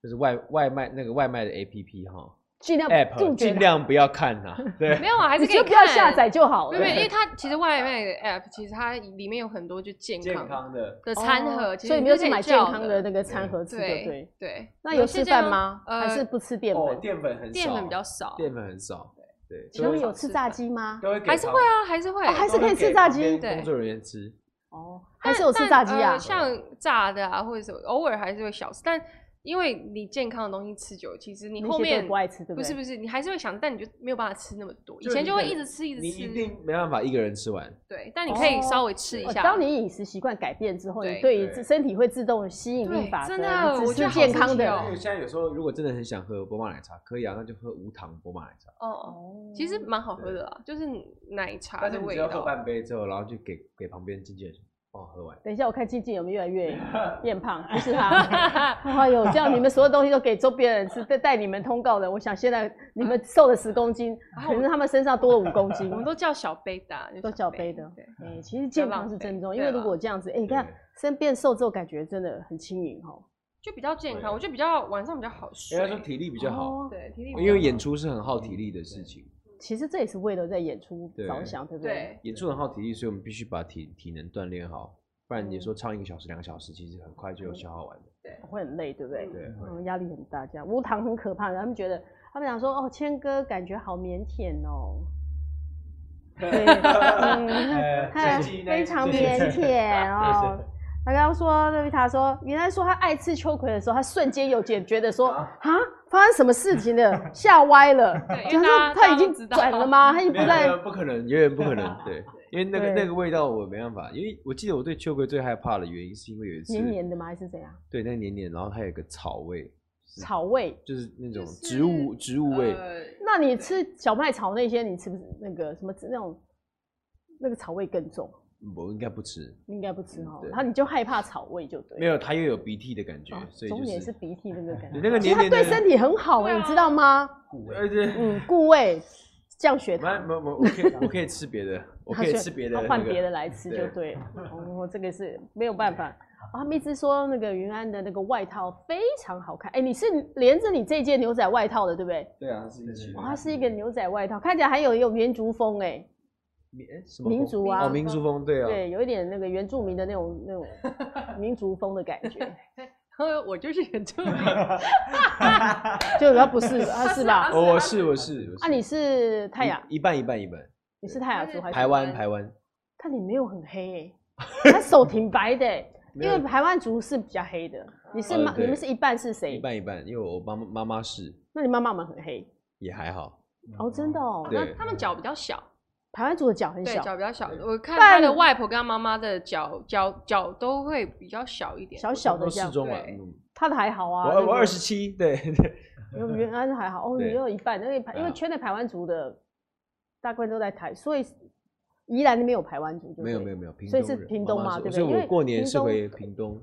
S4: 就是外外卖那个外卖的 APP 哈
S1: 尽量杜
S4: ，App
S1: 绝
S4: 尽
S1: 它，
S4: 量不要看 呐，对，
S3: 没有啊，还是
S1: 你
S3: 可以
S1: 就不要
S3: 看
S1: 下载。就好
S3: 没
S1: 了
S3: 有，没有，因为它其实外卖的 app，其实它里面有很多就健
S4: 健
S3: 康
S4: 康的，
S3: 的餐盒，
S1: 哦
S3: 其实
S1: 所以你
S3: 你
S1: 们
S3: 就
S1: 就是
S3: 可以
S1: 买健
S3: 叫
S1: 康的那个餐盒吃的，
S3: 对
S1: 对。
S3: 对。
S1: 那有
S3: 些
S1: 吃
S3: 这样
S1: 饭吗？
S3: 呃，
S1: 还是不吃淀
S4: 哦，
S1: 粉？
S4: 淀粉很少，
S3: 淀粉比较少，
S4: 淀粉很少，对，
S1: 你们有吃炸鸡吗？
S4: 都会给
S3: 还是会啊，还是会，
S1: 哦还是
S4: 旁，都
S1: 可以
S4: 会
S1: 吃
S4: 给
S1: 炸
S4: 旁
S1: 鸡
S4: 边
S3: 对
S4: 工作人员吃，
S1: 哦，还
S3: 但
S1: 是有吃
S3: 但
S1: 炸鸡啊
S3: 呃？像炸的啊，或者什么，偶尔还是会小吃，但因为你健康的东西吃久了，其实你
S1: 那些
S3: 后
S1: 都
S3: 面
S1: 不爱吃，对
S3: 不
S1: 对？
S3: 是不是，你还是会想，但你就没有办法吃那么多。以
S4: 就
S3: 前
S4: 你
S3: 就会
S4: 可
S3: 一
S4: 以
S3: 直吃，一直
S4: 你
S3: 吃，
S4: 一定没办法一个人吃完，
S3: 对，但你可以
S1: 哦
S3: 稍微吃一
S1: 哦
S3: 下。
S1: 当你饮食习惯改变之后，你
S3: 对
S1: 对于
S4: 对
S1: 自身体会自动吸引力
S3: 对
S1: 法则，
S3: 真的
S1: 你
S3: 我
S1: 只
S3: 觉
S1: 吃
S3: 得好
S1: 健
S3: 神
S1: 康
S3: 奇
S1: 的。
S3: 哦
S4: 因为现在有时候如果真的很想喝波霸奶茶，可以啊，那就喝无糖波霸奶茶。
S3: 哦哦，其实蛮好喝的啦，就是奶茶
S4: 嗯但
S3: 的
S4: 是你
S3: 味
S4: 只要喝
S3: 道。
S4: 半杯之后，然后就给给旁边经纪人帮我喝完。
S1: 等一下，我看静静有没有越来越 变胖，不是 她。哎呦，这样你们所有东西都给周边人吃，带带你们通告的，我想现在你们瘦了十公斤，可是他们身上多了五公斤
S3: 我。们都叫小杯的啊，就
S1: 都小杯的
S3: 对，
S1: 哎、其实健康是真重要，因为如果这样子，哎、你看
S4: 对
S1: 身变瘦之后，感觉真的很轻盈哦。
S3: 就比较健
S4: 对
S3: 康，我就比较晚上比较好
S4: 人
S3: 睡
S4: 家。说体力比较好，
S1: 哦，
S3: 对，体力比较
S4: 因为
S3: 好
S4: 演出是很耗体力的事情，
S1: 其实这也是为了在演出
S4: 对
S1: 着想，对不对？
S3: 对
S4: 演出很耗体力，所以我们必须把体体能锻炼好，不然
S3: 嗯
S4: 你说唱一个小时、两个小时，其实很快就消耗完了。
S1: 会很累，对不对？
S3: 嗯
S4: 对，
S1: 嗯，压力很大，这样无糖很可怕。他们觉得，他们讲说，哦，谦哥感觉好腼腆哦，对，嗯，
S4: 哎
S1: 他
S2: 呃最近那
S1: 非常
S2: 最近
S1: 腼腆哦。他刚刚说，那他说，原来说他爱吃秋葵的时候，他瞬间有解觉得说，
S2: 啊
S1: 啊，发生什么事情 了，吓歪了。
S3: 对
S1: 他
S3: 因为
S1: 说他已
S3: 大家大家都
S1: 经
S3: 知道
S1: 转了吗？他已经
S4: 没
S1: 不
S4: 有没
S1: 在。
S4: 有不可能，永远不可能。 对，因为那个
S1: 对
S4: 那个味道我没办法，因为我记得我对秋葵最害怕的原因是因为有一次
S1: 黏黏的吗？还是怎样？
S4: 对那个黏黏，然后它有一个草味，是
S1: 草味？
S4: 就是那种
S3: 就是
S4: 植物植物味。
S3: 呃
S1: 那你吃小麦草那些，你吃不吃那个什么那种那个草味更重？
S4: 我应该不吃，
S1: 应该不吃哦
S4: 嗯对。
S1: 他你就害怕草味就对了。
S4: 没有它又有鼻涕的感觉
S1: 哦，
S4: 所以
S1: 重
S4: 就
S1: 点是
S4: 是
S1: 鼻涕那个感
S4: 对
S1: 觉。
S4: 那个
S1: 其实
S4: 黏
S1: 它
S4: 黏的，
S1: 对身体很好
S3: 对
S1: 哎，
S3: 啊
S1: 你知道吗？
S4: 呃对，
S1: 嗯，固胃降血
S4: 我
S1: 糖。
S4: 我我我可以我可以吃别的，我可以吃别的
S1: 他
S4: 那个，
S1: 换别的来吃就
S4: 对
S1: 对了。哦，这个是没有办法。啊他们一直说那个云安的那个外套非常好看，哎、你是连着你这件牛仔外套的，对不对？
S4: 对啊，是一起
S1: 哦，它是一个牛仔外套，看起来还有有原族风哎、
S4: 民哎什么
S1: 民
S4: 风
S1: 族啊
S4: 哦，民族风对啊，
S1: 对，有一点那个原住民的那种那种民族风的感觉，
S3: 我就是原 住民，
S1: 就它不是，它是吧？
S4: 哦，我是我是，
S1: 啊，你是泰雅，
S4: 一一半一半一半，
S1: 你是泰雅族还
S3: 还
S1: 是
S4: 台
S3: 台
S4: 湾
S3: 湾
S4: 台湾，
S1: 看你没有很 黑哎、他手挺白的、欸，
S4: 没
S1: 因
S4: 有
S1: 为台湾族是比较黑的，你是
S4: 呃
S1: 妈、
S4: 对
S1: 你们是一半是
S4: 一
S1: 谁？
S4: 半一半，因为我妈妈妈妈是
S1: 那你妈妈们很黑
S4: 也还好，
S1: 哦，真的哦，
S4: 对
S3: 那他们脚比较小，
S1: 台湾族的脚很
S3: 对，
S1: 小，
S3: 脚比较小。
S4: 对
S3: 我看
S1: 但
S3: 他的外婆跟他妈妈的脚脚脚都会比较小一点，
S1: 小小的
S4: 都
S1: 这
S4: 适
S1: 样，
S4: 中了，
S3: 对
S4: 嗯
S1: 他的还好
S4: 我
S1: 啊。那
S4: 二
S1: 个
S4: 我二十，七，对对，
S1: 原来还好哦，
S4: 对
S1: 你有一半，因为排因为
S4: 啊
S1: 圈内排湾族的大部分都在台，所以宜兰那边有排湾族，
S4: 没有没有
S1: 有，
S4: 没有，屏
S1: 所以
S4: 东
S1: 是
S4: 人
S1: 屏
S4: 妈
S1: 东
S4: 妈
S1: 嘛
S4: 是
S1: 对不
S4: 所以
S1: 对因
S4: 我
S1: 为
S4: 过年
S1: 屏
S4: 是
S1: 东
S4: 回屏东，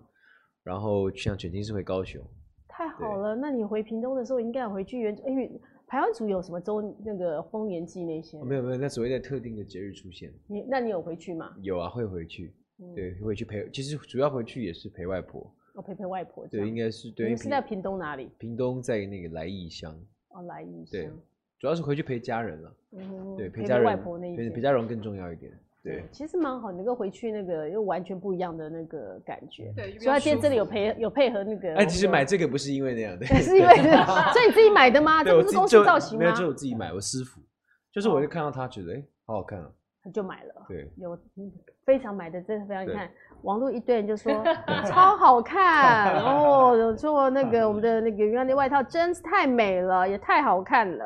S4: 然后像卷金是回高雄，
S1: 太好了。那你回屏东的时候应该要回去原，因为台湾族有什么周那个丰年祭那些
S4: 哦，没有没有，那只会在特定的节日出现，
S1: 你那你有回去吗？
S4: 有啊会回去，
S1: 嗯，
S4: 对，会回去陪，其实主要回去也是陪外婆，
S1: 我陪陪外婆这
S4: 对，应
S1: 样。
S4: 该是
S1: 你
S4: 对，因
S1: 们
S4: 为
S1: 是在屏东哪里？
S4: 屏东在那个来义乡，
S1: 哦，来一
S4: 对
S1: 乡。
S4: 主要是回去陪家人了。
S1: 嗯
S4: 对，陪
S1: 陪
S4: 家
S1: 陪
S4: 人，
S1: 外婆那一嗯
S4: 陪
S1: 边
S4: 陪家人更重要一点。对，
S1: 其实蛮好，能够回去那个又完全不一样的那个感觉。
S3: 对，就比
S1: 所以
S3: 较
S1: 他今天
S3: 舒
S1: 这里有
S3: 服
S1: 配有配合那个我们的，
S4: 哎，其实买这个不是因为那样的，
S1: 对是因为 所以你自己买的吗？
S4: 对
S1: 这
S4: 我
S1: 不是
S4: 自己
S1: 公司
S4: 就
S1: 造型
S4: 没
S1: 吗哦
S4: 有，？就我自己买，我师傅，就是我就看到他觉得哎，好好看啊，
S1: 他就买了。
S4: 对，
S1: 有嗯非常买的，真的非常你
S4: 对
S1: 看，网络一堆人就 说超好看哦，有说那个我们的那个原来的外套真是太美了，也太好看 了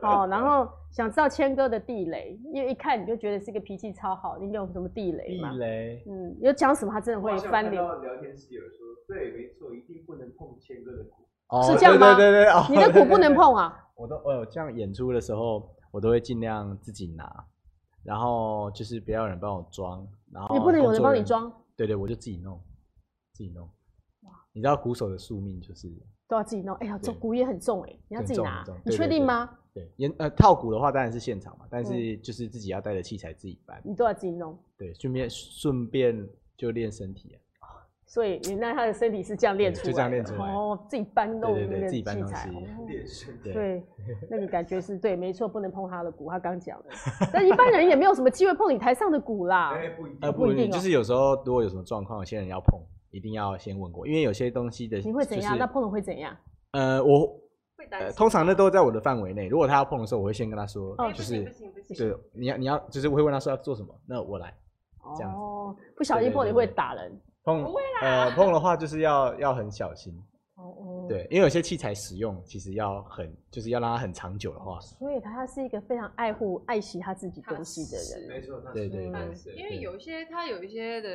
S1: 哦。然后想知道谦哥的地雷，因为一看你就觉得是一个脾气超好，你有什么地雷
S5: 地
S1: 吗？
S5: 雷，
S1: 嗯，有讲什么他真的会翻脸。
S2: 聊天室有人说，对，没错，一定不能碰谦哥的股。
S5: 哦
S1: 是这样吗
S5: 对对对，哦
S1: 你的
S5: 对
S1: 鼓不能
S5: 对
S1: 碰 啊！
S5: 我都我有这样演出的时候，我都会尽量自己拿，然后就是不要有人帮我装，然后
S1: 你不能有
S5: 哦工
S1: 人
S5: 作
S1: 帮你
S5: 员
S1: 装，
S5: 对对，我就自己弄，自己弄。你知道鼓手的宿命就是
S1: 都要自己弄。哎呀，
S5: 对
S1: 这鼓也很重哎，你要自己拿
S5: 很重很重，
S1: 你
S5: 对
S1: 确
S5: 对
S1: 定
S5: 对
S1: 吗？
S5: 对演呃套鼓的话当然是现场嘛，但
S1: 嗯
S5: 是就是自己要带着器材自己搬，
S1: 你都要自己弄。
S5: 对，顺便顺便就练身体啊，
S1: 所以原来他的身体是这样练出来的，
S5: 就这样练出来
S1: 哦，自己搬弄
S5: 对
S1: 那
S5: 对
S1: 个
S5: 对，自
S1: 器
S5: 己搬东
S1: 材，哦
S5: 西，
S2: 练身
S5: 对
S1: 对，那个感觉是对，没错，不能碰他的鼓，他刚讲 的。但一般人也没有什么机会碰你台上的鼓啦。
S2: 哎，不一定
S5: 呃，
S1: 不
S5: 不
S1: 一
S5: 一定，
S1: 定
S5: 就
S1: 哦
S5: 是有时候如果有什么状况，有些人要碰，一定要先问过，因为有些东西的
S1: 你会怎
S5: 就
S1: 样？
S5: 是
S1: 那碰了会怎样？
S5: 呃，我
S3: 会担
S5: 呃
S3: 心哎
S5: 通常那都在我的范围内，如果他要碰的时候，我会先跟他说，
S1: 哦
S5: 就
S3: 不
S5: 是
S3: 行不行不行，
S5: 对，你要你要，就是我会问他说要做什么，那我来这样子
S1: 哦，不小心碰你会打人。
S5: 碰
S3: 不会，
S5: 呃，碰的话就是要要很小心，
S1: 哦哦，。
S5: 对，因为有些器材使用其实要很，就是要让它很长久的话，
S1: 所以他是一个非常爱护、爱惜他自己东西的人。
S2: 没错，那
S5: 对
S2: 是
S5: 对
S3: 嗯
S5: 对，
S2: 对
S3: 因为有一些它有一些的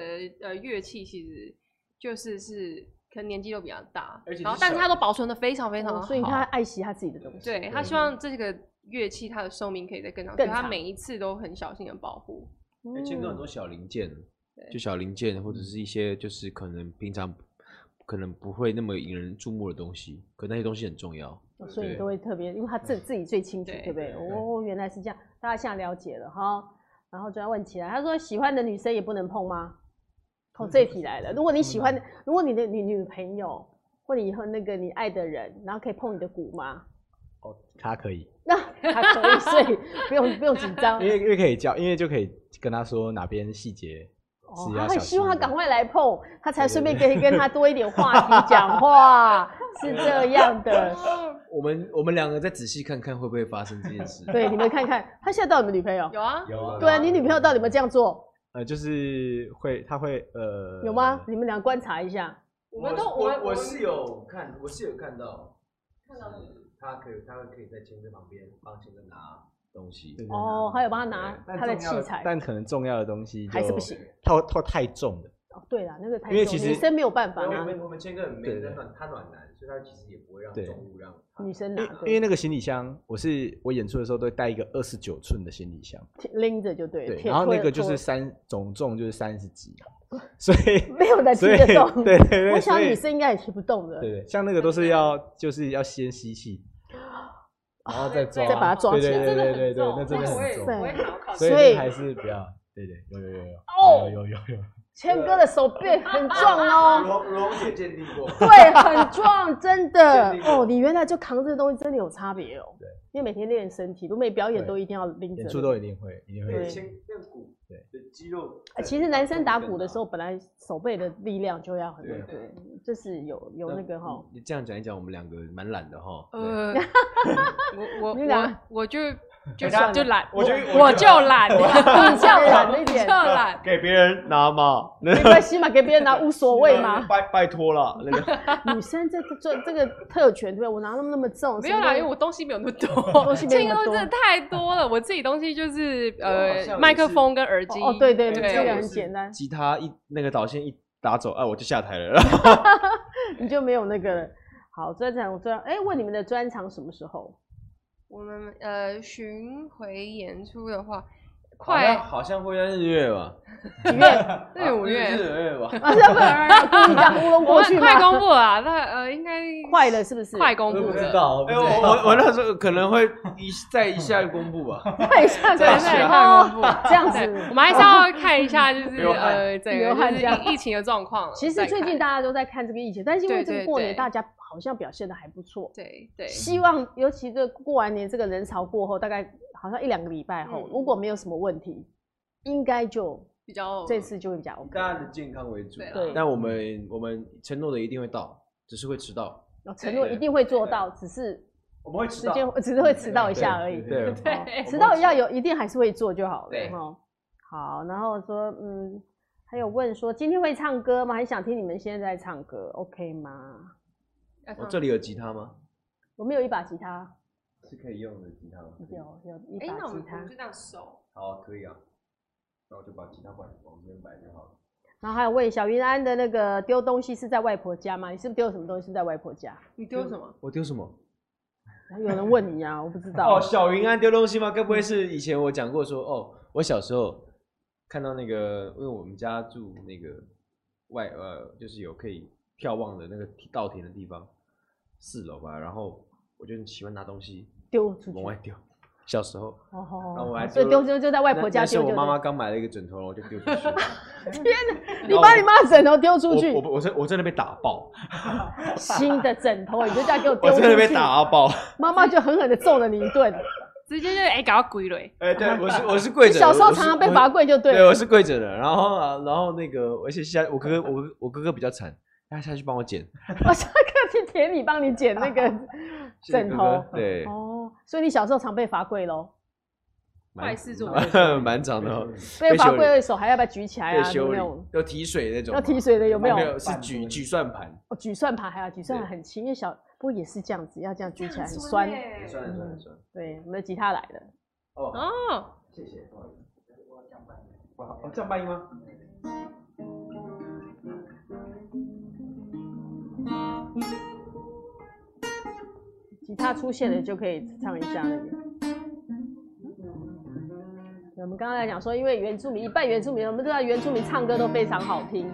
S3: 呃乐器，其实就是是可能年纪都比较大
S2: 而且，是
S3: 然后但是
S2: 小
S3: 它都保存的非常非常
S1: 哦
S3: 好，
S1: 所以他爱惜他自己的东西。
S3: 对他希望这个乐器它的寿命可以再更长，
S1: 更
S3: 所以他
S1: 长
S3: 每一次都很小心的保护。
S4: 哎签哥
S2: 嗯
S4: 很多小零件，
S3: 对
S4: 就小零件或者是一些就是可能平常可能不会那么引人注目的东西，可那些东西很重要。
S1: 哦所以你
S4: 对
S1: 都会特别，因为他自自己最清楚，
S3: 对
S1: 对不对？
S5: 对对
S1: 哦，原来是这样，大家现在了解了哈。然后就要问起来，他说喜欢的女生也不能碰吗？哦，这一题来了。如果你喜欢，如果你的女女朋友或你以后那个你爱的人，然后可以碰你的骨吗？
S5: 哦，他可以，
S1: 那他可以，所以不用不用紧张
S5: 因。为因为可以教，因为就可以跟他说哪边细节
S1: 哦
S5: 是，
S1: 他
S5: 要
S1: 会
S5: 小
S1: 希
S5: 心
S1: 望他
S5: 的。
S1: 赶快来碰，他才顺便可以跟他多一点话题讲话，是这样的。
S4: 我们我们两个再仔细看看会不会发生这件 事。
S1: 对，你们看看，他现在到底有没有女朋友？
S3: 有啊，
S2: 有啊
S1: 对啊，你女朋友到底有没有这样做？
S5: 呃，就是会，他会呃，
S1: 有吗？你们俩观察一下。
S3: 我们都我们
S2: 我
S3: 们
S2: 是有看，我是有看到，看到他可以，他会可以在谦哥旁边帮谦哥拿东西
S5: 对？。对
S1: 哦，还有帮他拿
S2: 但
S1: 他的
S2: 重要
S1: 器
S2: 的
S1: 材。
S5: 但可能重要的东西
S1: 还是
S5: 就
S1: 不行，
S5: 套套太重了。
S1: 哦，对了，那个太
S5: 因为
S1: 重
S5: 其
S1: 女
S3: 哦
S5: 实
S1: 生没有办法
S2: 我
S1: 啊。
S2: 们我们谦哥很没
S5: 对
S2: 暖，他暖男，所以他其实也不会让
S5: 对
S2: 重物让他
S1: 女生
S5: 因
S1: 拿
S5: 为
S1: 的，
S5: 因为那个行李箱，我是我演出的时候都会带一个二十九寸的行李箱，
S1: 拎着就对了。
S5: 对，
S1: 铁
S5: 然后那
S1: 托
S5: 个就是
S1: 托
S5: 三总重就是三十几，所以
S1: 没有人提
S5: 所以
S1: 得动。
S5: 对对对，
S1: 我想
S5: 所以
S1: 女生应该也提不动的。
S5: 对对，像那个都是要就是要先吸气，然后再抓，
S1: 再把它抓
S5: 对
S1: 起
S5: 对
S1: 来
S5: 对对对对，那
S3: 那
S5: 真的
S3: 个我也
S1: 对
S5: 很重，
S3: 我也想要考
S5: 所
S1: 以
S5: 以
S1: 所
S5: 这还是不要，对对，有有有有
S1: 哦
S5: 有有有有，
S1: 谦哥的手臂很壮哦。
S2: 如如红姐鉴定过，
S1: 对，
S5: 啊
S1: 很壮，真的
S2: 鉴定过
S1: 哦。你原来就扛这个东西，真的有差别哦。
S5: 对，
S1: 因为每天练身体，如果每表演
S5: 对
S1: 都一定要拎着
S5: 演。出都一定会一定
S2: 那
S5: 会
S2: 个
S1: 对
S2: 先练骨，
S5: 对
S2: 的肌肉
S1: 呃
S2: 在。
S1: 其实男生打鼓的时候，本来手背的力量就要很
S2: 对
S1: 对，就是有有那个哈。
S4: 你这样讲一讲，我们两个蛮懒的哈。
S3: 呃，我我
S1: 你懒
S3: 我我就就
S5: 算
S3: 就
S5: 了
S3: 懒，
S5: 我就
S3: 我就懒，
S1: 比较懒一
S3: 就
S1: 点，
S3: 懒。
S4: 给别人拿嘛，那
S1: 没关系嘛，给别人拿无所谓 嘛。
S4: 拜拜托了， 那个
S1: 女生这个这这个特权，对不对？我拿那么那么重，
S3: 没有
S1: 什么
S3: 啦，
S1: 都
S3: 因为我东西没有那么多，
S1: 东西没有那么
S3: 这
S1: 多
S3: 个真的太多了。我自己东西就是
S2: 我好像也
S3: 呃，
S2: 是
S3: 麦克风跟耳机。
S1: 哦，对对，
S3: 对
S1: 这个很简单，
S4: 吉他一那个导线一打走，啊，我就下台了。然后
S1: 你就没有那个了。好，专场专哎，问你们的专场什么时 候？
S3: 我们呃巡回演出的话，
S4: 好像
S3: 快
S4: 好像会在日月吧？
S1: 几月？
S3: 对五
S4: 啊
S3: 月，
S4: 日月吧？
S1: 啊，这不能故意这样糊弄
S3: 我
S1: 过
S3: 们
S1: 去
S3: 快
S1: 吗
S3: 公布了啊，那呃应该
S1: 快了是不是？
S3: 快公布
S5: 不知
S3: 了，
S5: 道，
S4: 哎，我我我那时候可能会一再一下公布吧。
S1: 快下
S3: 对，
S1: 快
S3: 对
S1: 下
S3: 快公布
S1: 哦，这样
S3: 对我
S1: 子。
S3: 们还是要看一下，就是
S4: 流汗
S3: 呃，整个
S1: 流汗
S3: 就是
S1: 这样
S3: 疫疫情的状况。
S1: 其实
S3: 再
S1: 最
S3: 看
S1: 近大家都在看这个疫情，但是因为
S3: 对
S1: 这个
S3: 对
S1: 过年
S3: 对
S1: 大家好像表现的还不错，
S3: 对对
S1: 希望尤其这过完年这个人潮过后，大概好像一两个礼拜后，
S3: 嗯
S1: 如果没有什么问题，应该就
S3: 比较
S1: 这次就会比
S3: 嗯
S1: 较 OK
S4: 大。家的健康为主
S3: 对啦，
S1: 对啊
S4: 但我们我们承诺的一定会到，只是会迟到，
S1: 哦承诺一定会做到，只是
S4: 我们会迟
S1: 时
S4: 到。
S1: 间只是会迟到一下而已。
S5: 对
S3: 对
S1: 哦迟到一下有一定还是会做就好了
S3: 对
S1: 哈。好，然后说嗯，还有问说今天会唱歌吗？很想听你们现在唱歌，OK 吗？
S3: 要
S1: 嗯
S4: 哦
S3: 唱
S4: 这里有吉他吗？
S1: 我们有一把吉他，
S2: 是可以用的吉他吗？
S4: 啊
S1: 有有一
S3: 哎，那
S1: 把
S3: 我
S1: 吉
S3: 们
S1: 他
S3: 我，们就这样手，
S2: 好，可以啊。那我就把吉他摆往这边摆就好了。
S1: 然后还有问小云安的那个丢东西是在外婆家吗？你是不是丢了什么东西是在外婆家？
S3: 你丢什么？
S4: 我丢什么？
S1: 有人问你啊，我不知道
S4: 哦，。小云安丢东西吗？该不会是以前我讲过说，哦，我小时候看到那个，因为我们家住那个外呃，就是有可以眺望的那个稻田的地方，四楼吧。然后我就喜欢拿东西
S1: 丢出去
S4: 往外丢，小时候。
S1: 哦
S4: 那我还
S1: 哦，
S4: 丢
S1: 所以丢就就在外
S4: 那
S1: 婆家
S4: 那是
S1: 丢。
S4: 我
S1: 就
S4: 妈妈
S1: 对
S4: 刚买了一个枕头，我就丢出去。
S1: 你把你妈的枕头丢出去
S4: 我，我我真我真的被打爆，
S1: 新的枕头你就这样给我
S4: 哎 我
S1: 丢出
S4: 真的被
S1: 去，
S4: 打爆。
S1: 妈妈就狠狠的揍了你一顿。
S3: 直接就哎，搞到鬼嘞！
S4: 哎、 对，我是我 是跪
S1: 你
S4: 着的。
S1: 小时候
S4: 我是
S1: 常常被
S4: 我
S1: 罚跪就对
S4: 对
S1: 了。
S4: 我是跪着的。然后啊，然后那个，而且下我哥哥，我我哥哥比较惨，他下去帮我捡
S1: 我下课去田里帮你捡那 个
S4: 谢谢
S1: 枕
S4: 哥
S1: 头
S4: 哥。对，
S1: 哦，所以你小时候常被罚跪喽，
S4: 蛮
S3: 坏事做
S4: 蛮长的哦，
S1: 被罚
S4: 羞
S1: 跪
S4: 辱
S1: 的手还要把它举起来
S4: 被
S1: 啊，有
S4: 修
S1: 没
S4: 理
S1: 有？，
S4: 要提水那种吗，啊
S1: 要提水的有没有？
S4: 没有，是举举算盘，
S1: 哦举算盘还要举算盘
S4: 对
S1: 很轻，因为小不过也是这样子，要这样举起来很
S3: 这样
S1: 酸。
S3: 欸
S2: 也算了算了算了。
S1: 对，我们的吉他来了，
S2: 哦，
S3: 哦，
S2: 谢谢，不好意思。我好，哦这样半音吗？
S1: 吉他出现了就可以唱一下那个。我们刚刚在讲说，因为原住民一半原住民，我们知道原住民唱歌都非常好听。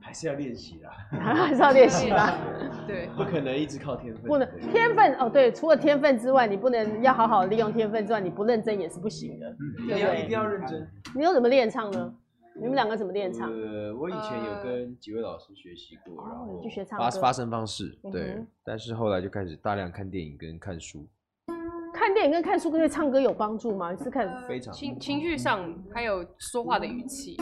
S4: 还是要练习啦，
S1: 还是要练习吧，
S3: 对，
S4: 不可能一直靠天分，
S1: 不能
S4: 对
S1: 天分哦，对，除了天分之外，你不能要好好利用天分之外，你不认真也是不行的。
S4: 一
S1: 对
S4: 定
S1: 不
S4: 要
S1: 对
S4: 一定要认真。
S1: 你又怎么练唱呢？你们两个怎么练唱？
S4: 呃，我以前有跟几位老师学习过，然
S1: 哦
S4: 后
S1: 你去学唱
S4: 发
S1: 歌
S4: 发声方式，对
S1: 嗯哼，
S4: 但是后来就开始大量看电影跟看书，
S1: 看电影跟看书跟对唱歌有帮助吗？你是看，
S4: 非常嗯
S3: 情情绪上还有说话的语气，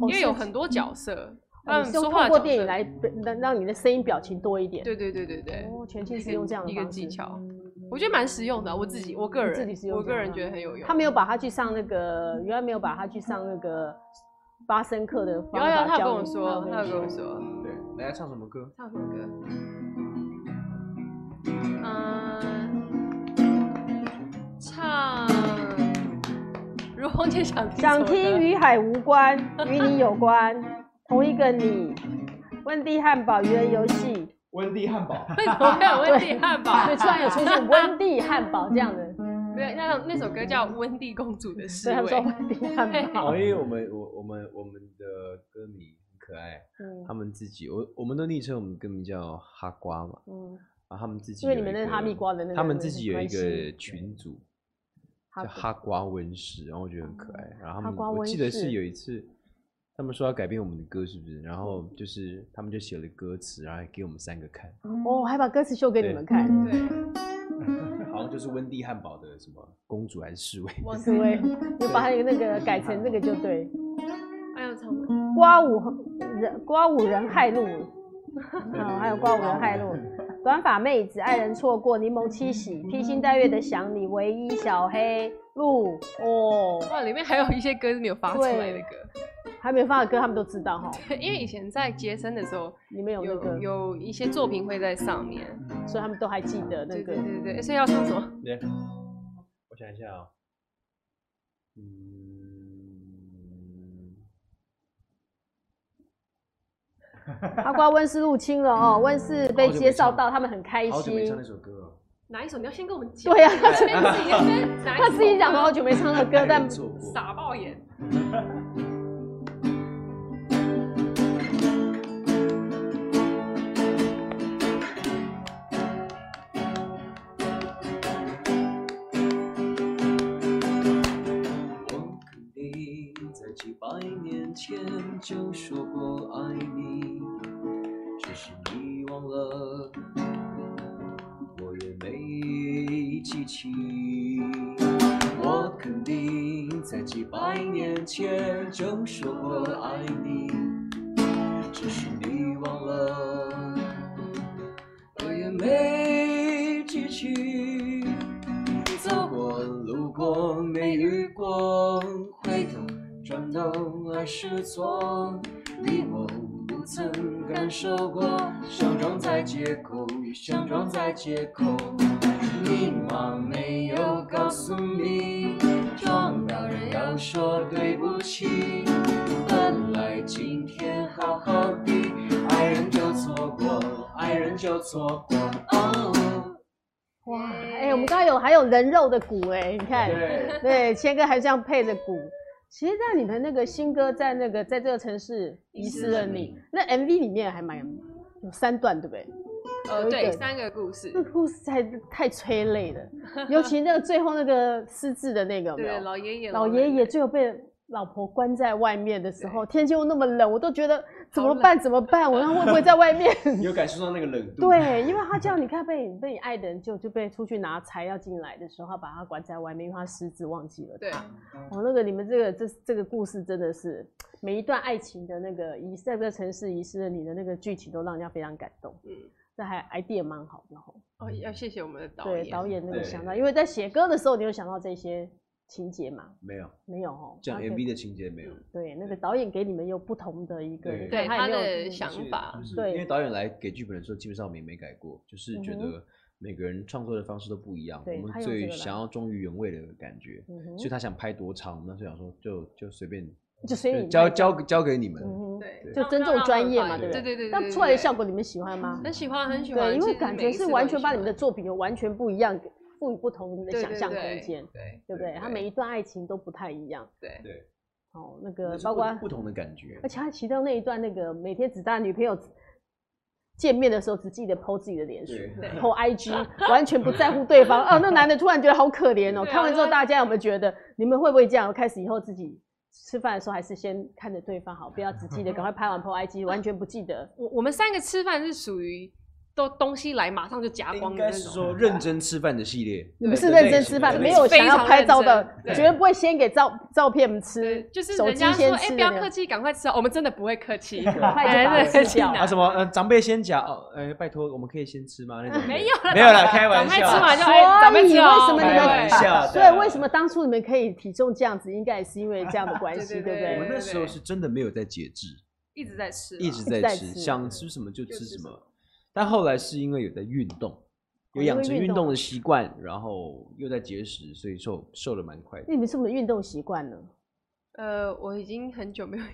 S1: 因
S3: 因为有很多角色，
S1: 嗯哦
S3: 让
S1: 你
S3: 你
S1: 是
S3: 嗯说
S1: 用
S3: 话
S1: 透过
S3: 的角
S1: 电影
S3: 色
S1: 来让让你的声音表情多一点。
S3: 对对对对对，
S1: 哦，全
S3: 一
S1: 庆是
S3: 个
S1: 用这样的
S3: 一个
S1: 方式嗯
S3: 技巧，我觉得蛮实用的啊。我自己，我个
S1: 你自己
S3: 人
S1: 是，用
S3: 我
S1: 这
S3: 个
S1: 样
S3: 人
S1: 的
S3: 觉得很有用
S1: 他。没有把他去上那个，原来没有把他去上那个发声课的方
S3: 有
S1: 法教你。嗯
S3: 有，他有跟我说，他有
S1: 有
S3: 跟我说，
S4: 对。来唱什么歌？
S3: 唱什么歌？嗯，唱。如空姐想听什
S1: 想
S3: 么
S1: 听
S3: 歌
S1: 与海无关，与你有 关，同一个你。温蒂汉堡愚人游戏，
S6: 温蒂汉堡，
S3: 为什么会有温蒂汉堡？
S1: 对，突然有出现温蒂汉堡这样的，
S3: 没有那那首歌叫《温蒂公主的侍
S1: 嗯所以他
S3: 卫
S1: 们说》。 温蒂汉 堡。
S4: 哦，因为我们我我们我们的歌迷很可爱，
S1: 嗯
S4: 他们自己我我们都昵称我们歌迷叫哈瓜嘛，
S1: 嗯，
S4: 然后他们自己
S1: 因为
S4: 有
S1: 你们
S4: 一
S1: 那是
S4: 个
S1: 哈密瓜的那个
S4: 他们自己有一
S1: 关系
S4: 个群组
S1: 哈哦
S4: 叫哈瓜温室，然后我觉得很可爱。然后他
S1: 哈
S4: 们
S1: 瓜
S4: 我
S1: 温
S4: 记得
S1: 室
S4: 是有一次，他们说要改编我们的歌，是不是？然后就是他们就写了歌词，然后还给我们三个看，
S1: 哦，我还把歌词秀给你们看，
S2: 嗯
S3: 对，
S4: 好像就是温蒂汉堡的什么公主还是侍卫。
S3: 王
S1: 紫薇，你把它那个改成那个就对。
S3: 还有唱吗？
S1: 瓜五人瓜五人害 路，嗯，还有瓜五人害路，短发妹子，爱人错过，柠檬七喜，
S4: 嗯
S1: 披星戴月的想你，唯一小黑路哦，
S3: 哇，里面还有一些歌是没有发出来的歌，
S1: 还没放的歌他们都知道哈，
S3: 因为以前在接生的时候，
S1: 里面有那
S3: 有
S1: 个，
S3: 有一些作品会在上面。
S1: 所以他们都还记得那
S3: 对
S1: 个
S3: 对。对对，所以要唱什么？
S4: 对，我想一下哦，嗯，
S1: 阿瓜温室入侵了哦，温室被介绍到，他们很开
S4: 好久没唱那
S1: 心。
S4: 首歌了，
S3: 哪一首？你要先跟我们讲。
S1: 对呀、
S3: 他前面自己先哪一首
S1: 他自己讲的好久没唱那歌，
S4: 还
S1: 但
S4: 没错过。
S3: 傻爆眼。
S2: 我肯定在几百年前就说过爱你，只是你忘了，我也没记起。我肯定在几百年前就说过爱你，只是你忘了，我也没记起。走过路过没遇过，回头转头爱是错，你我不曾感受过，相撞在街口，相撞在街口，你妈没有告诉你，撞到人要说对不起，本来今天好好的，爱人就错过，爱人就错过。哦
S1: 哇，
S3: 嗯
S1: 哎、我们刚刚有还有人肉的鼓哎、你看，
S2: 对
S1: 对，谦哥还这样配着鼓。其实，在你们那个新歌在那个在这个城市遗失了你，那 MV 里面还蛮有三段，对不对？
S3: 呃，
S1: 有一
S3: 对，
S1: 个嗯
S3: 三个故事
S1: 这。个故事太太催泪了，尤其那个最后那个失智的那个有没
S3: 对，
S1: 有？
S3: 老爷爷，
S1: 老爷爷最后被老婆关在外面的时候，天气又那么冷，我都觉得怎么办怎么办？我让会不会在外面？
S4: 有感受到那个冷度，
S1: 对，因为他这样，你看被你被你爱的人就就被出去拿柴要进来的时候，他把他关在外面，因为他失智忘记了。
S3: 对，
S1: 哦，那个你们这个这这个故事真的是每一段爱情的那个遗在这个城市遗失了你的那个剧情，都让人家非常感动。嗯
S3: 嗯，
S1: 这还 idea 蛮好的吼。
S3: 哦，要谢谢我们的导
S1: 对，
S3: 演。
S1: 导演那个
S4: 对
S1: 想到，因为在写歌的时候，你有想到这些情节吗？
S4: 没有
S1: 没有哦，
S4: 讲
S1: 他可以
S4: MV 的情节没有。
S1: 对，那个导演给你们有不同的一个，
S4: 对
S1: 你看
S3: 对
S1: 他
S3: 他
S1: 也没有
S3: 的
S1: 嗯
S3: 想
S4: 是
S3: 法
S4: 就，是
S1: 对
S4: 因为导演来给剧本的时候，基本上我们也没改过，就是觉
S1: 嗯哼
S4: 得每个人创作的方式都不一样，
S1: 对
S4: 我
S1: 他用
S4: 们
S1: 这
S4: 最
S1: 个来
S4: 想要忠于原味的感觉，
S1: 嗯哼
S4: 所以他想拍多长，那就想说就就随便，
S1: 就随
S4: 就
S1: 你
S4: 交
S1: 拍
S4: 交交给你们。
S1: 嗯哼，
S3: 对，
S1: 就尊重专业嘛，
S3: 对
S1: 对不
S3: 对？对对。
S1: 那
S3: 对
S1: 出来的效
S3: 对
S1: 果你们喜欢吗？
S3: 很喜欢，很喜欢，
S1: 对，因
S3: 其
S1: 为
S3: 实
S1: 感
S3: 每
S1: 觉
S3: 一
S1: 是
S3: 次都
S1: 完
S3: 很
S1: 全
S3: 喜
S1: 把你
S3: 欢
S1: 们的作品有完全不一样，赋予不同的
S3: 对
S1: 想
S3: 对
S1: 象
S3: 对
S1: 空间，
S3: 对
S1: 对不对？他每一段爱情都不太一样。
S3: 对
S4: 对，
S1: 哦，那
S4: 那
S1: 个
S4: 是
S1: 包
S4: 不
S1: 括
S4: 不同的感觉
S1: 而，且他其中那一段，那个每天只带女朋友见面的时候，只记得 PO 自己的脸书
S4: 对对
S1: ，PO IG，完 全不在乎对方。哦，那男的突然觉得好可怜哦。
S3: 对啊
S1: 看完之后，大家有没有觉得，你们会不会这样？开始以后自己吃饭的时候，还是先看着对方好，不要只记得，赶快拍完 PO IG，完全不记得。
S3: 我我们三个吃饭是属于都东西来马上就夹光
S4: 应
S3: 的
S4: 该
S3: 那
S4: 是
S3: 种。
S4: 说认真吃饭的系列，
S1: 你们是认真吃饭，
S4: 对
S1: 没有想要拍照的
S3: 非常，认真
S1: 绝对不会先给照照片我们吃
S3: 对，就是
S1: 手
S3: 人
S1: 机
S3: 家
S1: 先
S3: 说，哎、
S1: 吃
S3: 不要
S1: 的
S3: 客气，赶快吃哦。我们真的不会 客气，
S1: 赶快就
S3: 哎
S1: 把它吃掉
S4: 啊什么呃长辈先讲哦，哎拜托我们可以先吃吗？那种
S3: 没有了，
S4: 没有啊啦
S3: 长辈
S4: 开玩
S3: 长辈
S4: 笑
S3: 吃完就
S1: 所
S3: 哎，长辈
S1: 以
S3: 吃
S1: 为
S3: 哦
S1: 什么你
S4: 开玩笑啊
S1: 们
S4: 的
S1: 所以为什么当初你们可以体重这样子，应该也是因为这样的关 系，
S3: 对
S1: 对
S3: 对
S1: 不
S4: 我
S3: 对
S1: 对？
S4: 那时候是真的没有在节制，
S3: 一直在 吃啊，
S4: 一直
S1: 一直
S4: 在
S1: 在
S4: 吃，
S1: 吃
S4: 想吃什么就
S3: 就
S4: 吃什
S3: 吃什
S4: 么。但后来是因为有在运动，有
S1: 哦因
S4: 养
S1: 为
S4: 成
S1: 运
S4: 运
S1: 动
S4: 动
S1: 啊
S4: 的习惯，然后又在节食，所以瘦瘦的蛮快的。
S1: 那你们是不是运动习惯呢？
S3: 呃，我已经很久没有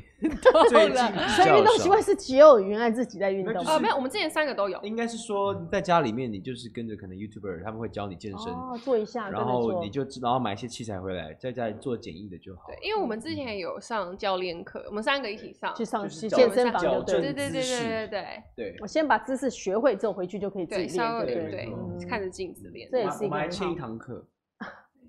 S4: 最
S3: 了
S4: 近比
S1: 所以运
S4: 较
S1: 动习
S4: 少
S1: 惯是只有云爱自己在运
S4: 那
S1: 动
S4: 就
S1: 吗，
S3: 哦，
S4: 是
S3: 没有，我们之前三个都有。
S4: 应该是说在家里面，你就是跟着可能 YouTuber 他们会教你健身，
S1: 哦，做一下，
S4: 然
S1: 跟着
S4: 后
S1: 做
S4: 你就知然后买一些器材回来，在家里做简易的就好。
S3: 对，因为我们之前有上教练课，我们三个一起上
S1: 去。上
S4: 就是
S1: 去
S4: 矫
S1: 健
S3: 正
S1: 身房
S4: 矫
S1: 就
S4: 正
S1: 对
S3: 对
S1: 了。
S3: 对
S4: 姿
S3: 对
S4: 势
S3: 对对对
S4: 对
S1: 我先把姿势学会之后，回去就可以自己练，
S3: 对，稍微
S1: 对不
S4: 对没
S3: 对
S4: 错
S1: 嗯，
S3: 看着镜子练。
S1: 这也
S4: 我
S1: 是一
S4: 们我
S1: 个
S4: 们还
S1: 很
S4: 欠一
S1: 好
S4: 堂课，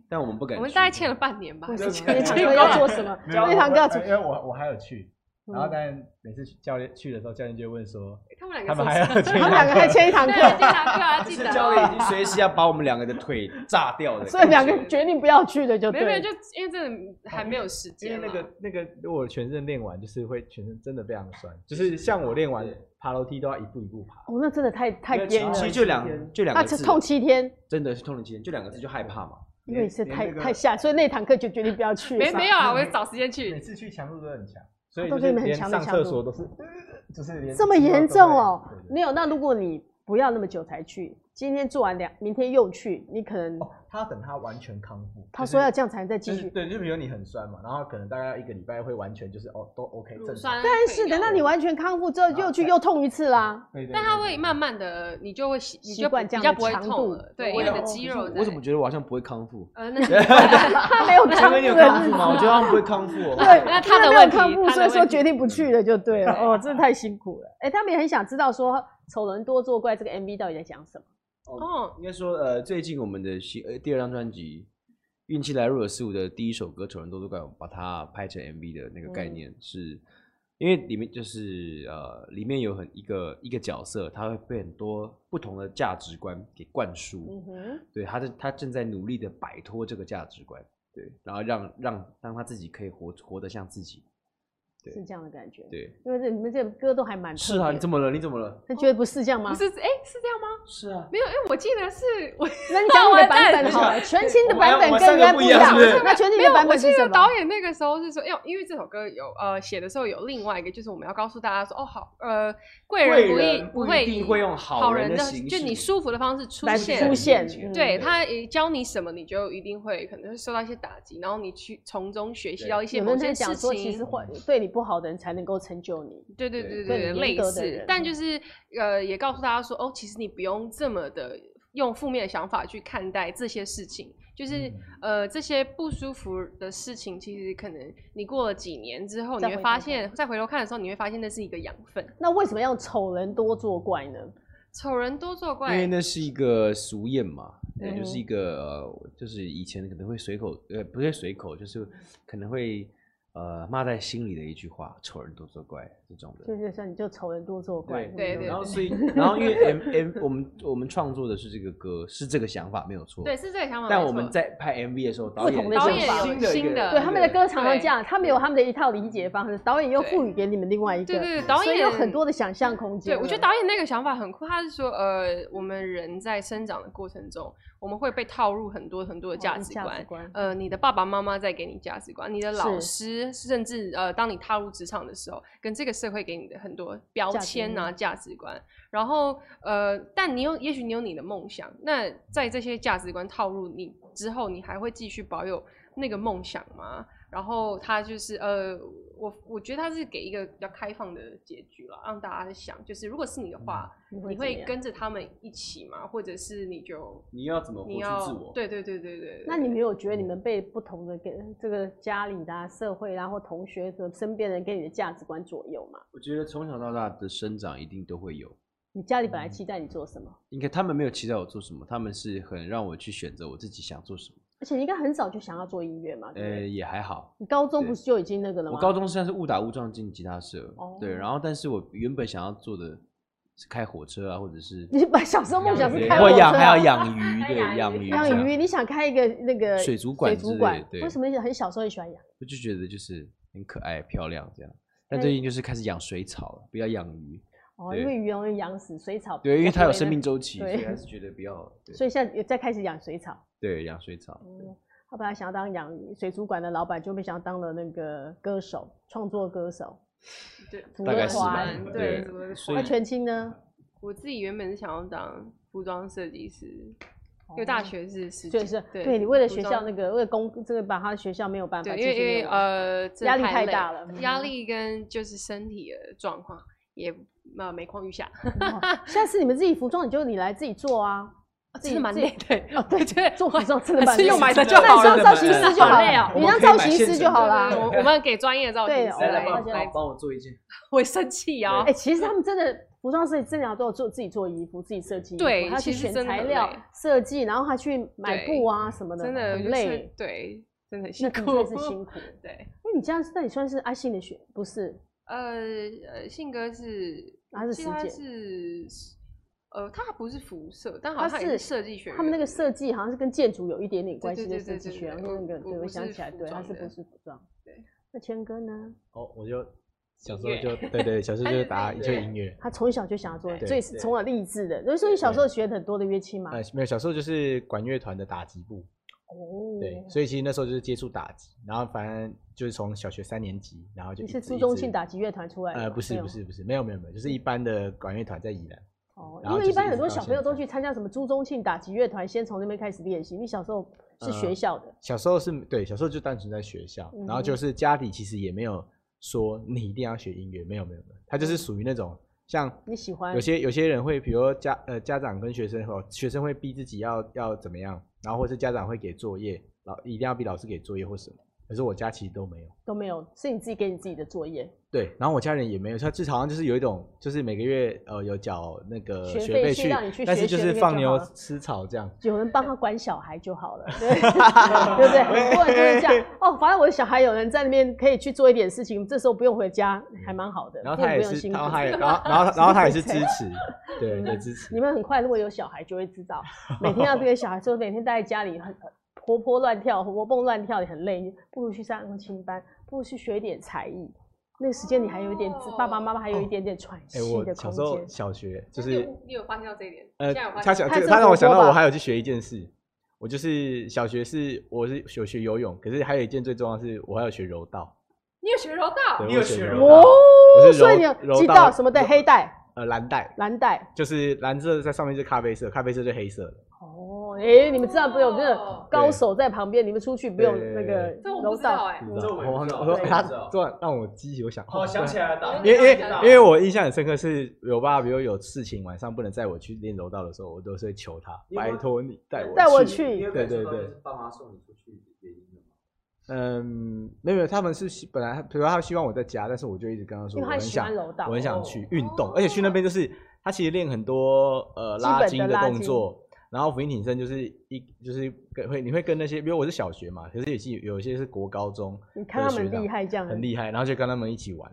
S4: 但我们不敢去。
S3: 我们大概欠了半年吧
S1: 为。什
S3: 就
S1: 么那
S3: 是
S1: 堂课要做什么？
S5: 没有
S1: 那堂课要
S5: 我呃
S1: 做
S4: 哎
S5: 因为我我还有去，然后
S1: 嗯
S5: 但每次去教练去的时候，教练就会问说，
S3: 他们两
S5: 他
S3: 个
S5: 们
S3: 受
S5: 还
S3: 伤
S5: 要去
S1: 他们两个还欠一堂
S3: 对，
S1: 课，
S3: 这堂课啊，记
S4: 是
S3: 得
S4: 教练已
S3: 哦。
S4: 经随时要把我们两个的腿炸掉的感觉，
S1: 所以两个决定不要去的就
S3: 没
S1: 对
S3: 有
S1: 了。
S3: 没有，就因为真的还没有时
S5: 因为
S3: 间嘛。
S5: 那个那个，如果全身练完，就是会全身真的非常酸，就是像我练完
S4: 对
S5: 爬楼梯都要一步一步爬。
S1: 哦，那真的太太
S4: 其
S1: 颠了
S4: 其。实就两就两
S1: 那
S4: 个
S1: 这
S4: 字，
S1: 痛七天，
S4: 真的是痛了几天，就两个字就害怕嘛。
S1: 因为是
S5: 连
S1: 太
S5: 那个
S1: 太吓，所以那堂课就决定不要去了。
S3: 没没有啊，我找时间
S5: 每
S3: 去。
S5: 次去强度都很强，所以
S1: 都
S5: 就是是
S1: 你们很
S5: 连
S1: 强的
S5: 上
S1: 强度
S5: 厕所都是，呃就是连
S1: 这么严重哦
S5: 对对？对
S1: 没有，那如果你不要那么久才去，今天做完两，明天又去，你可能
S5: 哦，他要等他完全康复。
S1: 他
S5: 就是
S1: 说要这样才能再
S5: 就
S1: 继
S5: 是
S1: 续。
S5: 对，就比如你很酸嘛，然后可能大概要一个礼拜会完全就是哦都 OK
S3: 乳
S5: 正
S3: 酸
S5: 常。
S3: 退掉。
S1: 但是等到你完全康复之后，
S5: 然后
S1: 又去
S5: 再
S1: 又痛一次啦。
S5: 对对对
S3: 但它
S5: 对
S3: 会慢慢的，你就会习，你
S1: 习
S3: 就
S1: 惯
S3: 比
S1: 这样
S3: 较
S1: 的
S3: 不会
S1: 强
S3: 痛
S1: 度
S3: 了。
S1: 我
S3: 对，因为你
S1: 有
S3: 的
S1: 可
S3: 肌
S4: 可
S3: 肉
S4: 是
S3: 在。
S4: 我怎么觉得我好像不会康复？
S3: 呃，那
S5: 哦
S3: 是
S1: 他没有康
S4: 陈
S1: 复
S4: 威，你有康复
S1: 的，
S4: 吗？我觉得他 们不会康复哦。
S1: 对，
S3: 那他的
S1: 因为没有
S3: 问题
S1: 康复，
S3: 他
S1: 所
S3: 的
S1: 以说
S3: 问题
S1: 决定不去了就 对了。
S3: 对
S1: 哦，真的太辛苦了。哎，他们也很想知道说丑人多作怪这个 MV 到底在讲什么。
S3: 哦，
S4: 应该说，呃，最近我们的新呃第二张专辑《运气来入了四五》的第一首歌《丑人多作怪》，我们把它拍成 MV 的那个概
S1: 嗯
S4: 念是，因为里面就是呃，里面有很一个一个角色，他会被很多不同的价值观给灌输，
S1: 嗯哼，
S4: 对他正他正在努力的摆脱这个价值观，对，然后让让让他自己可以活活得像自己，对
S1: 是这样的感觉。
S4: 对，
S1: 因为这你们这歌都还蛮
S4: 是啊，你怎
S1: 么？
S4: 么了？你怎么了？
S1: 那觉得不是这样吗
S3: 不？是，哎，是这样吗？
S4: 是啊，
S3: 没有，哎，我记得是我
S1: 那你讲你的版
S3: 完
S1: 本
S3: 蛋
S1: 好了，全新的版
S4: 我
S1: 本
S4: 们
S1: 跟
S4: 三个
S1: 原来
S4: 不
S1: 不
S4: 一
S1: 一
S4: 样
S1: 样
S4: 是不是。
S1: 那全新
S3: 没
S1: 的
S3: 有，
S1: 版
S3: 我
S1: 本
S3: 记
S1: 是什
S3: 得
S1: 么
S3: 导？演那个时候是说，因为因为这首歌有呃写的时候有另外一个，就是我们要告诉大家说，哦好，呃，贵
S4: 贵
S3: 不
S4: 人
S3: 易
S4: 不一
S3: 会
S4: 定
S3: 以
S4: 会用好
S3: 好
S4: 人的
S3: 的
S4: 形
S3: 就
S4: 式
S3: 你舒服的方式出
S1: 来
S3: 现，
S1: 出现，嗯
S3: 对
S4: 对
S3: 他也教你什么，你就一定会可能会受到一些打击，然后你去从中学习
S4: 对
S3: 到一些
S1: 有
S3: 某
S1: 人在
S3: 些事
S1: 讲说，其实
S3: 情。
S1: 坏对你不好的人才能够成就你。
S3: 对对对
S4: 对
S3: 对对，
S1: 更严
S3: 类
S1: 格的
S3: 似
S1: 人，嗯
S3: 但就是呃，也告诉大家说，哦，其实你不用这么的用负面的想法去看待这些事情，就是、
S1: 嗯
S3: 呃，这些不舒服的事情，其实可能你过了几年之后，你
S1: 再
S3: 会
S1: 回
S3: 发
S1: 头
S3: 现，再回头看的时候，你会发现那是一个养分。
S1: 那为什么要丑人多作怪呢？
S3: 丑人多作
S4: 因为
S3: 怪，
S4: 那是一个俗谚嘛，对，就是
S1: 嗯
S4: 一个、呃就是以前可能会随口呃不是随口，就是可能会呃骂在心里的一句话，丑人多作怪这种的。
S1: 就是说你就丑人多作怪。
S4: 对
S3: 对
S1: 嗯
S3: 对
S4: 然后所以，然后因为 M M 我们我们创作的是这个歌，是这个想法没有错。
S3: 对，。是这个想法没错。
S4: 但我们在拍 MV 的时候，导演
S1: 同的
S3: 导
S1: 想法
S3: 演有
S4: 一个
S3: 新的
S1: 对他们的歌常常
S3: 对
S1: 这样，他们有他们的一套理解方式，导演又
S3: 对
S1: 赋予给你们另外一个，
S3: 对对对导
S1: 所以有
S3: 演
S1: 很多的想象空间
S3: 嗯对，
S1: 了。
S3: 我觉得导演那个想法很酷，他是说，呃，我们人在生长的过程中，我们会被套入很多很多的价
S1: 哦
S3: 值观。
S1: 观
S3: 呃，你的爸爸妈妈在给你价值观，你的老师，甚至呃，当你踏入职场的时候，跟这个社会给你的很多标
S1: 价值
S3: 签啊、
S1: 观
S3: 价值观，然后呃，但你有，也许你有你的梦想，那在这些价值观套入你之后，你还会继续保有那个梦想吗？然后他就是呃，我我觉得他是给一个比较开放的结局了，让大家想，就是如果是你的话，
S1: 你
S3: 你
S1: 嗯怎么
S3: 会
S1: 样
S3: 跟着他们一起吗？或者是你就
S4: 你要怎么活
S3: 你
S4: 出
S3: 要
S4: 自我？，
S3: 对对对对对，
S1: 那你们有觉得你们被不同的给这个家里的、啊、社会啦、啊、或同学的身边人给你的价值观左右吗？
S4: 我觉得从小到大的生长一定都会有。
S1: 你家里本
S4: 嗯
S1: 来期待你做什么，
S4: 应该他们没有期待我做什么，他们是很让我去选择我自己想做什么。
S1: 而且你应该很早就想要做音乐嘛，对不
S4: 呃，
S1: 对？
S4: 也还好，
S1: 你高中不
S4: 对
S1: 是就已经那个了吗？
S4: 我高中虽然是误打误撞进吉他社，
S1: 哦
S4: 对，然后但是我原本想要做的是开火车啊，或者是
S1: 你把小时候梦想是
S4: 对
S1: 开
S4: 或
S1: 火车、
S4: 养还要
S1: 啊。
S4: 养鱼，对，养鱼，
S1: 养鱼，，你想开一个那个
S4: 水族馆
S1: 水
S4: 之
S1: 族
S4: 类
S1: 馆，
S4: 对
S1: 为什么你很小时候很喜欢养？
S4: 我就觉得就是很可爱漂亮这样。但
S1: 那
S4: 最近就是开始养水草了，不要养鱼，
S1: 哦，
S4: 对
S1: 因为鱼容易养死，水草
S4: 对，因为
S1: 比较
S4: 它有
S1: 不会
S4: 生
S1: 那
S4: 命，周期，所
S1: 对
S4: 以还是觉得比较
S1: 所
S4: 对
S1: 以现在有再开始养水草。
S4: 对养水草。
S1: 嗯，他本来想要当养鱼水族馆的老板，就没想到当了那个歌手，创作歌手。
S3: 对
S1: 福
S4: 大
S1: 乐
S4: 概是吧
S1: 花
S3: 团
S4: 对
S3: 对，
S4: 所
S1: 那
S4: 以
S1: 啊全清呢？
S3: 我自己原本是想要当服装设计师，因为大学是实
S1: 就是
S3: 哦对
S1: 哦对你为了
S3: 服
S1: 学校
S3: 装
S1: 那个为了工，这个把他学校没有办法
S3: 对，
S1: 继
S3: 因
S1: 续
S3: 为
S1: 那
S3: 因
S1: 个，
S3: 为呃，真
S1: 压力太
S3: 累
S1: 大了
S3: 压
S1: 嗯
S3: 力跟就是身体的状况也呃每况愈下，
S1: 哦下次你们自己服装你就你来自己做啊，自
S3: 真
S1: 己
S3: 的蛮
S1: 自己
S3: 累的。
S1: 哦，对，
S3: 对
S1: 做服装真的
S3: 还
S1: 蛮
S3: 是
S1: 累
S3: 用买
S4: 真
S3: 的
S4: 的
S3: 就
S4: 蛮
S1: 那
S3: 好
S1: 你
S4: 累
S3: 了
S1: 让
S4: 的。
S1: 造型师就好
S3: 好累哦
S1: 了，
S4: 我
S1: 你
S4: 们
S1: 让
S4: 可以
S1: 造
S4: 买
S1: 型
S4: 现
S1: 师就
S4: 成的
S1: 好
S3: 对
S1: 了。
S3: 我我们给专业的造型
S1: 对哦
S3: 师
S1: 来
S3: 来
S1: 来帮
S3: 来
S1: 帮，
S4: 帮我做一件。
S3: 我会生气啊
S1: 哎、！其实他们真的服装设计真的要都有做自己做衣服，自己设计衣服，
S3: 对
S1: 他去
S3: 其实
S1: 选
S3: 真的
S1: 材
S3: 很
S1: 料
S3: 累
S1: 设计，然后还去买
S3: 对
S1: 布啊什么的，
S3: 真的
S1: 很
S3: 就是
S1: 累，
S3: 对，真的
S1: 那
S3: 很辛
S1: 真
S3: 苦，
S1: 的是 辛苦。
S3: 对，
S1: 哎、你这样，那你算是阿信的学不是？
S3: 呃呃，信哥是
S1: 他是
S3: 其
S1: 实
S3: 他
S1: 践
S3: 是呃，他不是辐射，但
S1: 他
S3: 好像也
S1: 是
S3: 是设计学院的。
S1: 他们那个设计好像是跟建筑有一点点关系
S3: 对
S1: 的
S3: 对对
S1: 设
S3: 对
S1: 计
S3: 对
S1: 学，
S3: 对
S1: 那个
S3: 我
S1: 对
S3: 我
S1: 我
S3: 不
S1: 想
S3: 是
S1: 起来，
S3: 服
S1: 对，他
S3: 装
S1: 是不
S3: 的
S1: 是服装？
S3: 对。
S1: 那谦哥呢？
S5: 哦，我就小时候
S3: 音乐
S5: 就 对对，小时候就打
S3: 对
S5: 就音乐。
S1: 他从小就想要做，
S5: 对
S1: 所以是从小励志的。所以说你小时候学很多的乐器嘛。
S5: 呃，没有，小时候就是管乐团的打击部，
S1: 哦，
S5: 对，所以其实那时候就是接触打击，然后反正就是从小学三年级，然后就
S1: 你
S5: 一
S1: 是
S5: 直
S1: 朱
S5: 一
S1: 宗
S5: 直
S1: 庆打击乐团出来的吗？嗯
S5: 呃，不
S1: 没
S5: 是
S1: 有
S5: 不是不是，没有没有没有，就是一般的管乐团在宜兰，
S1: 哦，因
S5: 然后
S1: 为
S5: 就
S1: 一
S5: 是
S1: 般
S5: 一
S1: 很
S5: 直
S1: 多
S5: 到
S1: 小朋
S5: 现
S1: 友都
S5: 在
S1: 去参加什么朱宗庆打击乐团，先从那边开始练习。你小时候是学
S5: 呃
S1: 校的，
S5: 小时候是对，小时候就单纯在学校，然后
S1: 嗯
S5: 就
S1: 哼
S5: 是家里其实也没有说你一定要学音乐，没有没有没有，他就是属于那种像
S1: 你喜欢
S5: 有些有些人会，比如说家呃家长跟学生哦，学生会逼自己要要怎么样，然后或是家长会给作业，老一定要逼老师给作业或什么，可是我家其实都没有。
S1: 都没有，是你自己给你自己的作业，
S5: 对，然后我家人也没有，他至少好像就是有一种，就是每个月呃有缴那个
S1: 学
S5: 学
S1: 费
S5: 费
S1: 去让你去
S5: 但
S1: 学
S5: 是就
S1: 学那
S5: 是
S1: 个
S5: 放
S1: 就
S5: 牛
S1: 好了
S5: 吃草这样。
S1: 有人帮他管小孩就好 了，对 对不对？很多人就是这样。哦，反正我的小孩有人在那边可以去做一点事情，这时候不用回家，还蛮好的。
S5: 嗯然后
S1: 并
S5: 他
S1: 不
S5: 也
S1: 用
S5: 是，
S1: 辛
S5: 然
S1: 苦
S5: 后他也，然后然后他然后他也是
S1: 辛苦
S5: 支持，对，也支 持
S1: 你。们很快如果有小孩就会知 道，每天要对小孩说，每天待在家里很很活泼乱跳、活蹦乱跳也很累，你不如去上钢琴班，不如去学一点才艺。那个时间你还有一点自，爸爸妈妈还有一点点喘
S5: 哎，
S1: 息
S5: 我
S1: 的空
S5: 小时候
S1: 间。
S5: 小学就
S3: 你
S5: 是
S3: 有你有发现到这一点？
S5: 呃
S3: 现在有，发
S5: 他
S3: 现
S5: 想
S1: 他
S5: 这个
S1: 这么
S5: 他让我
S1: 活
S5: 想
S1: 泼
S5: 到我
S1: 吧
S5: 还有去学一件事，我就是小学是我是有学游泳，可是还有一件最重要的是我还有学柔道，
S3: 你有学柔道
S5: 对，
S4: 你
S5: 哎
S4: 有
S5: 我有
S4: 学
S5: 学
S4: 柔
S5: 柔道
S1: 哦，
S5: 我是
S1: 所以
S5: 柔
S1: 你有
S5: 柔
S1: 记
S5: 道
S1: 到什么的
S5: 柔
S1: 黑带、
S5: 呃，蓝带
S1: 蓝带。
S5: 就是蓝色在上面是咖啡色，咖啡色就黑色的。
S1: 哦，哎、你们知道不有那个高手在旁边，你们出去不用那个
S3: 哦这我
S1: 柔
S3: 不知道
S1: 道。
S3: 哎。
S5: 不知道
S4: 这我也不
S5: 我
S4: 知
S2: 哦
S4: 道
S5: 我说
S4: 这我也
S5: 他
S4: 不知道
S5: 突然让我激起，我想啊
S4: 哦，想起来了，打
S5: 因为因为
S3: 想起来了
S5: 因为我印象很深刻，是我爸比如有事情晚上不能载我去练柔道的时候，我都是会求他，
S4: 因为
S5: 拜托你带我
S1: 带我去
S4: 因为
S5: 对对
S4: 本身
S5: 对
S4: 都是爸妈送你出去的原因嘛。
S5: 嗯，没有没有，他们是希本来比如他希望我在家，但是我就一直跟他说，
S1: 因
S5: 我
S1: 为他
S5: 很
S1: 喜
S5: 想
S1: 欢柔道，
S5: 我很想
S4: 哦
S5: 去运动，而且去那边就是他其实练很多呃
S1: 基本的
S5: 拉筋的
S1: 拉
S5: 动
S1: 筋
S5: 作，然后俯卧挺身就是一就是跟会你会跟那些，比如我是小学嘛，可是也是有一些是国高中，
S1: 你看他们厉害哦这样，
S5: 很厉害，然后就跟他们一起玩，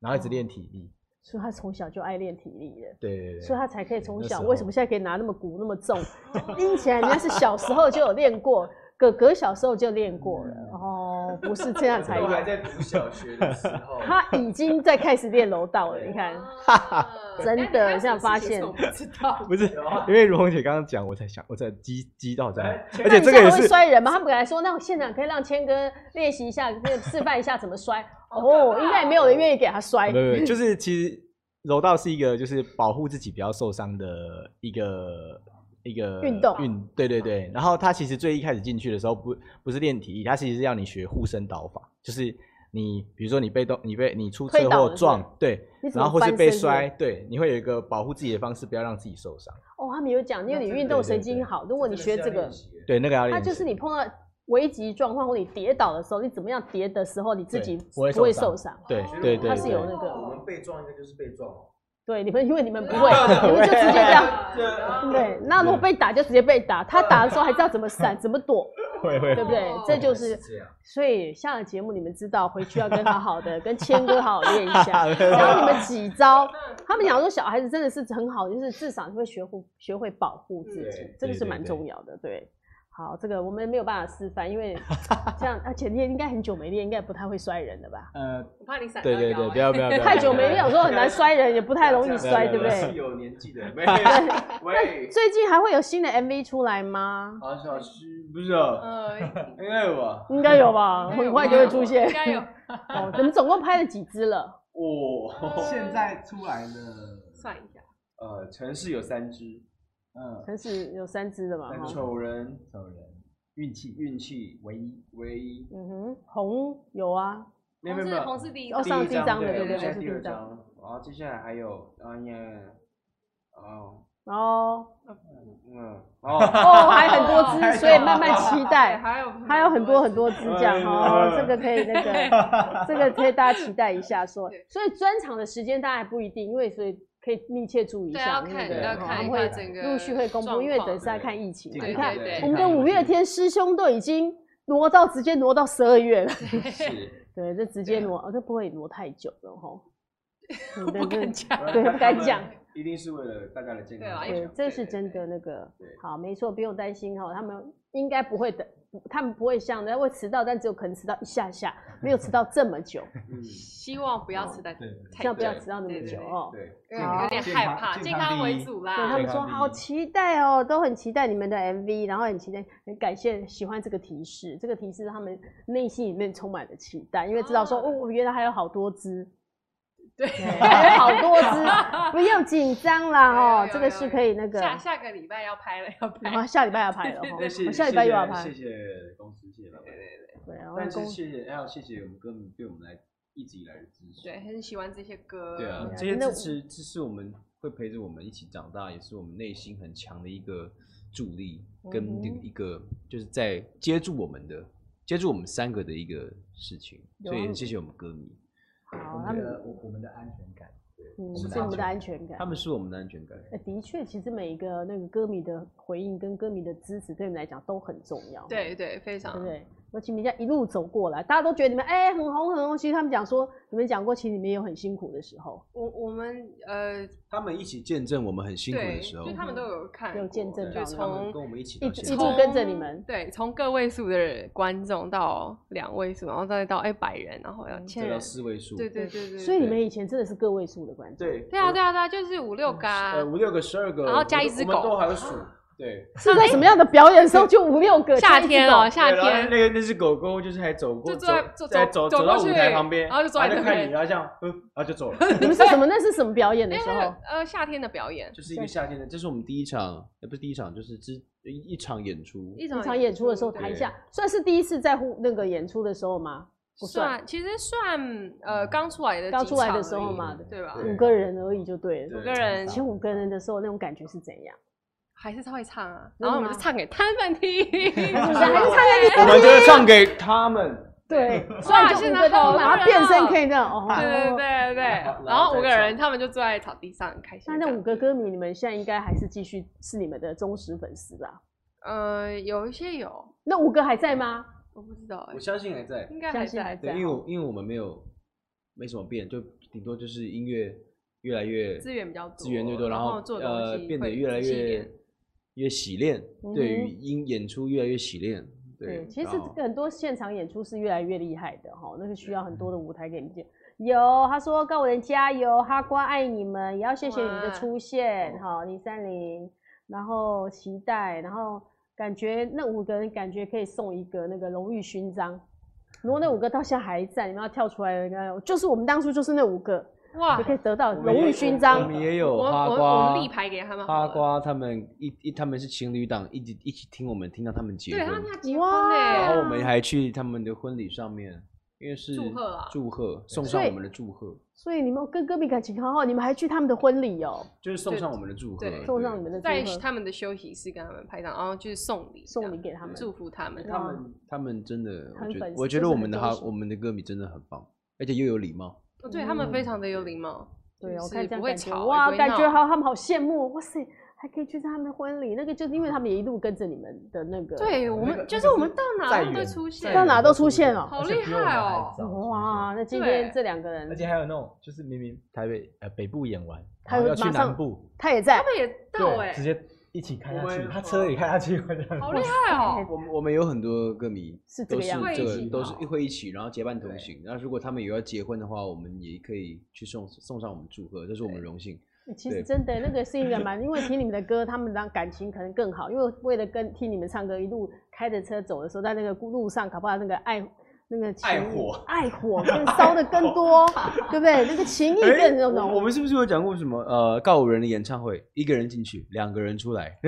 S5: 然后一直练体力，
S1: 所以他从小就爱练体力的。
S5: 对对对，
S1: 所以他才可以从
S5: 那
S1: 小，
S5: 时候
S1: 为什么现在可以拿那么鼓那么 重？拎起来人家是小时候就有练过，哥哥小时候就练过了
S5: 嗯
S1: 哦，不是这样 才
S4: 我还
S1: 有。
S4: 在读小学的时候，
S1: 他已经在开始练柔道了，你看，
S3: 啊
S1: 真的
S3: 等一下
S1: 这样发
S3: 这种事情是我不知道。
S5: 不是
S4: 有啊
S5: 因为如红姐刚刚讲，我才想我才激激到这样，
S4: 哎
S5: 而且这
S1: 那你
S5: 个也
S1: 这样会
S5: 是
S1: 摔人吗？他们本来说，那我现场可以让谦哥练习一下，可以示范一下怎么摔。 哦，应该也没有人愿意给他摔。
S5: 没 有没有，就是其实柔道是一个就是保护自己不要受伤的一个一个
S1: 运动嗯
S5: 运对对对。然后他其实最一开始进去的时候不不是练体力，他其实是要你学护身倒法，就是你比如说你被动你被你出
S1: 推
S5: 车
S1: 倒了
S5: 祸
S1: 是
S5: 撞
S1: 吧
S5: 对
S1: 你，怎
S5: 然
S1: 么
S5: 后或是
S1: 翻
S5: 被
S1: 身是不
S5: 摔对，你会有一个保护自己的方式，不要让自己受伤。
S1: 哦，他们有讲，因为你运动神经好，如果你学这个，
S5: 对，那个要练
S1: 它
S5: 习。
S1: 就是你碰到危急状况或你跌倒的时候，你怎么样跌的时候，你自
S5: 对
S1: 己
S5: 不会
S1: 不会
S5: 受
S1: 受
S5: 伤
S1: 伤。
S5: 对
S3: 哦
S5: 对对
S1: 它是有
S5: 对
S1: 那个
S4: 我们被撞应该就是被撞哦，
S1: 对，你们因为你们不 会，你们
S4: 我
S1: 就 直接这样。
S3: 哦
S4: 对
S1: 对，那
S5: 嗯
S1: 如果被打就直接被打，他打的时候还知道怎么闪、怎么躲，
S5: 会会
S1: 对不对
S3: 哦？
S1: 这就是，
S4: 这样。
S1: 所以下了节目你们知道，回去要跟好好的跟谦哥好好练一下，
S5: 对
S1: 教你们几招。他们讲说小孩子真的是很好，就是至少会学会学会保护自己
S4: 对，
S1: 这个是
S5: 对对
S1: 蛮
S5: 对
S1: 重要的。对，好，这个我们没有办法示范，因为这样，而且你也应该很久没练，应该不太会摔人了吧？
S5: 呃，
S3: 我怕你闪到
S5: 对对对，
S3: 腰
S5: 不要不要不要，
S1: 太久
S5: 不
S1: 没
S5: 要
S1: 练，有时候很难摔人，也不太容易摔，对
S5: 对
S1: 不
S5: 对
S1: 对
S4: 是？有年纪的，没有喂，
S1: 最近还会有新的 MV 出来吗？
S4: 好小师不是哦，
S3: 呃，
S4: 因为我
S1: 应该有 吧，
S3: 应该有
S1: 很快就会出现
S3: 应。该有，
S1: 哦，你们总共拍了几支了？
S4: 我
S3: 现在
S2: 出来的
S3: 算一下，
S4: 呃，城市有三只，
S5: 嗯，
S1: 城市有三只的嘛，
S5: 三只
S1: 哈，
S4: 丑人、
S5: 走人，
S4: 运气、运气、
S5: 唯一
S4: 唯一，
S1: 嗯哼，红有啊，
S4: 没有没有没
S3: 红是
S4: 有，
S3: 红是第一
S1: 哦
S3: 张，
S1: 上
S4: 第一
S1: 第一张的
S4: 对
S1: 对对
S4: 接下来
S1: 对是
S4: 第二
S1: 第一张
S4: 张，然后接下来还有啊耶，哦，
S1: 然后
S4: 嗯，
S1: 哦
S4: 哦
S1: 还很多只，所以慢慢期
S3: 对
S1: 待，
S3: 哦还有
S1: 还有很多很多只这样哦，
S4: 哎
S1: 这个可以那个， 这个可以大家期待一下说
S3: 对，
S1: 所以专场的时间大家还不一定，因为所以可以密切注意一
S3: 对，要
S1: 下，
S3: 看
S1: 对
S3: 要
S1: 我
S3: 看
S1: 们
S3: 一
S1: 会
S3: 下整个
S1: 陆续会公布，
S3: 状
S1: 因为
S3: 况
S1: 等是在看疫情嘛，
S3: 对
S1: 你
S3: 对
S1: 看
S3: 对
S1: 我们的五月天师兄都已经挪到直接挪到十二 月了，
S4: 是，
S1: 对，这直接挪，哦这不会挪太久了 哈。嗯
S3: 不
S1: 对
S3: 敢
S1: 这
S3: 讲。
S1: 对不敢讲，
S4: 一定是为了大家的健
S3: 对啊
S4: 康着
S3: 因
S1: 对
S4: 想，，
S1: 这是真的那个
S4: 对对。
S1: 好，没错，不用担心哈，他们应该不会等，他们不会像人家会迟到，但只有可能迟到一下下，没有迟到这么久，
S4: 嗯，
S3: 希望不要吃太
S5: 对
S3: 太
S1: 千万不要
S4: 对
S1: 迟到那么
S3: 对对
S1: 久
S3: 对啊
S1: 哦。
S4: 对，
S3: 有
S5: 健康
S3: 点害怕，健
S5: 健康
S3: 康为
S5: 第一
S3: 主
S1: 对
S3: 啦
S1: 他。
S5: 健
S1: 们说
S5: 康第一
S1: 好期待哦，都很期待你们的 MV，然后很期待，很感谢喜欢这个提示，这个提示让他们内心里面充满了期待，因为知道说
S3: 啊
S1: 哦，原来还有好多只，
S3: 对，
S1: 还有好 多只，不用紧张啦哦
S3: 有，有
S1: 这个
S3: 有
S1: 是
S3: 有
S1: 可以那个，
S3: 下下个礼拜要拍了，要拍
S1: 然。后下礼拜要拍了哈，
S4: 那谢
S1: 我下礼拜又要
S4: 谢
S1: 拍，
S4: 谢谢公司，谢谢老板，
S1: 对，然后
S4: 但是
S1: 公
S4: 谢谢还有谢谢我们哥们对我们来一直以来的支持，
S3: 对，很喜欢这些歌。
S4: 对啊
S1: 对啊，
S4: 这些
S1: 那
S4: 支持支持我们会陪着我们一起长大，也是我们内心很强的一个助力，
S1: 嗯
S4: 跟
S1: 哼
S4: 一个就是在接住我们的接住我们三个的一个事情，
S1: 有啊
S4: 所以很谢谢我们歌迷，
S1: 好，啊
S5: 我
S1: 他
S5: 们
S1: 们
S5: 的我我们的安全感，
S1: 嗯
S5: 我们
S1: 是
S5: 的
S1: 我们的安
S5: 安
S1: 全感
S4: 他。们是我们的安全感。
S1: 呃的确，其实每一个那个歌迷的回应跟歌迷的支持，对我们来讲都很重要。
S3: 对对，非
S1: 对
S3: 常
S1: 不。对？尤其你们这样一路走过来，大家都觉得你们哎、很红很红，其实他们讲说，你们讲过，其实你们也有很辛苦的时候，
S3: 我我们呃，
S4: 他们一起见证我们很辛苦
S3: 对，
S4: 的时候
S3: 就，他们都有看过，
S1: 有见证
S4: 对
S1: 到
S3: 就
S1: 的
S4: 他们
S3: 从
S4: 跟我们一起
S1: 一
S4: 到
S1: 直
S4: 现
S1: 一
S4: 在
S1: 路跟着你们
S3: 从对，从个位数的观众到两位数，然后再到哎百人，然后要
S1: 嗯
S3: 千
S4: 走到
S3: 人，
S4: 四位数，
S3: 对对对对。
S1: 所以你
S4: 对
S1: 们以前真的是个位数的观众，
S4: 对
S3: 对啊对
S4: 啊，
S3: 啊对啊，就是五六个啊
S4: 呃，
S1: 嗯
S4: 五六个十二个，
S3: 然后加一只
S4: 我们
S3: 狗
S4: 都还有数，对，
S1: 是在什么样的表演的时候就五六个？
S3: 夏天哦，
S1: 哦，
S3: 夏
S4: 对然后
S3: 天
S4: 那个那只狗狗就是还走过，
S3: 就坐在
S4: 走
S3: 走
S4: 在
S3: 走
S4: 走
S3: 走
S4: 到
S3: 过
S4: 舞
S3: 去
S4: 台旁边，
S3: 然后就坐在
S4: 然后
S3: 那
S4: 看
S3: 边
S4: 你，然后这样，嗯，然后就 走了。
S1: 你们是什么？那是什么表演的
S3: 哎
S1: 时
S3: 那
S1: 候
S3: 个？呃夏天的表演，
S4: 就是一个夏天的，这是我们第一场，也不是第一场，就是之一一场演出，
S3: 一
S1: 一场演出的时候，
S3: 对
S1: 台下算是第一次在乎那个演出的时候吗？不算，
S3: 算其实算呃刚出来的
S1: 刚
S3: 几
S1: 出来的
S3: 场
S1: 时
S3: 而
S1: 候
S3: 已
S1: 嘛
S3: 对吧？
S4: 对
S1: 五个人而已就对了。
S4: 对
S3: 五个人
S1: 前五个人的时候，那种感觉是怎样？
S3: 还是会唱啊，
S1: 真的
S3: 然后我们
S1: 吗
S3: 就唱给摊贩 听，
S1: 是不是还是差点
S4: 我们就是唱给他们，
S1: 对， 虽然就
S3: 现
S1: 五个
S3: 在
S1: 人，
S3: 好多
S1: 然后
S3: 人
S1: 变身
S3: 哦
S1: 可以那种，哦
S3: 对对对对对
S4: 然后，
S3: 然后
S4: 再
S3: 五个人
S4: 唱
S3: 他们就坐在草地上很开心
S1: 那
S3: 地
S1: 那
S3: 唱。
S1: 五个歌迷，你们现在应该还是继续是你们的忠实粉丝吧？
S3: 呃，有一些有，
S1: 那五个还在吗？
S3: 我不知道哎
S4: 我，相信还在，
S3: 应该
S1: 相
S3: 还
S1: 信还
S3: 在
S1: 在
S4: 对，因为我因为我们没有没什么变，就顶多就是音乐越来越
S3: 资源比较多
S4: 资源越多，然
S3: 然后
S4: 后
S3: 做东
S4: 呃
S3: 西
S4: 变得
S3: 会
S4: 越来
S3: 仔细一点
S4: 越越洗练
S1: 嗯哼，
S4: 对于音演出越来越洗练，对，
S1: 其实
S4: 然后
S1: 很多现场演出是越来越厉害的哈，那个需要很
S4: 嗯
S1: 多的舞台给你见。有，他说高人加油，哈瓜爱你们，也要谢谢你们的
S3: 哇
S1: 出
S4: 哦
S1: 现哈，林三林，然后期待，然后感觉那五个人感觉可以送一个那个荣誉勋章。如果那五个到现在还在，你们要跳出来，就是我们当初就是那五个，
S3: 哇
S1: 就，可以得到
S4: 我
S1: 荣
S4: 们也
S1: 誉
S4: 有
S1: 勋
S4: 我
S1: 章。
S4: 们也
S3: 我
S4: 有
S3: 们
S4: 花
S3: 我们
S4: 瓜，
S3: 我们立牌给他们好
S4: 哈
S3: 了
S4: 瓜他们一一他们是情侣档，一直一起听我们听到他们结
S3: 对
S4: 婚，
S3: 他们要结
S1: 哇
S3: 婚
S4: 然后
S3: 哎，
S4: 我们还去他们的婚礼上面，因为是
S3: 祝贺啊
S4: 祝贺送
S1: 所
S4: 上
S1: 以
S4: 我们的祝贺，
S1: 所以你们跟歌迷感情好好，你们还去他们的婚礼哦、
S4: 就是送
S3: 对
S4: 上我们的祝贺
S3: 对，
S1: 送上你们的
S3: 在
S1: 祝贺
S3: 他们的休息室跟他们拍照，然后就是送礼这
S1: 送
S3: 样，
S1: 礼给他们
S3: 祝福他们。
S4: 他们他们真的，我
S1: 很
S4: 觉
S1: 粉
S4: 得
S1: 丝
S4: 我觉
S1: 就
S4: 得
S1: 是
S4: 我
S1: 很
S4: 们的
S1: 忠
S4: 哈
S1: 实
S4: 我们的歌迷真的很棒，而且又有礼貌，
S3: 哦对他
S1: 嗯
S3: 们非常的有礼貌，
S1: 对，
S3: 就
S1: 我
S3: 是
S1: 看这样
S3: 不会
S1: 感觉
S3: 吵，也
S1: 哇，
S3: 不会
S1: 感觉
S3: 闹
S1: 好，他们好羡慕，哇塞，还可以去他们的婚礼，那个就是因为他们也一路跟着你们的那个，，
S3: 对我
S5: 那
S3: 们
S5: 个
S3: 就是我们到哪
S5: 再
S3: 他们都
S5: 远
S3: 出
S5: 再
S3: 现，
S1: 到
S5: 远
S1: 哪都出现了
S5: 而
S3: 好
S5: 且
S3: 厉
S5: 比我们
S3: 害
S5: 还
S3: 哦
S5: 早
S1: 哇，，那今
S3: 对
S1: 天这两个
S5: 出现而
S1: 人
S5: 且还有那种就是明明台北呃北部演完，
S1: 他
S5: 然后
S1: 会
S5: 要去
S1: 马上
S5: 南部，
S1: 他也在
S3: 他，们也到哎
S5: 对，直，接一起开下
S4: 我
S5: 去，
S4: 们
S5: 他车也开下去，我这样
S3: 好厉害哦！
S4: 我们我们有很多歌迷
S1: 是这
S4: 都
S1: 个
S4: 是
S1: 样子
S4: 这
S3: 会一
S4: 个
S3: 起
S4: 都是
S5: 跑
S4: 会一起，然后结伴同
S5: 对
S4: 行，那如果他们有要结婚的话，我们也可以去送送上我们祝贺，这是我们荣幸，
S1: 其实
S4: 对
S1: 真的那个是一个 蛮，因为听你们的歌，他们让感情可能更好，因为为了跟听你们唱歌，一路开着车走的时候，在那个路上，搞不好那个爱那个情
S4: 爱
S1: 谊
S4: 火
S1: 爱火更烧的更 多，对不对？那个情谊变成那
S4: 哎我我
S1: 种，
S4: 们是不是有讲过什么？呃，告五人的演唱会，一个人进去，两个人出来，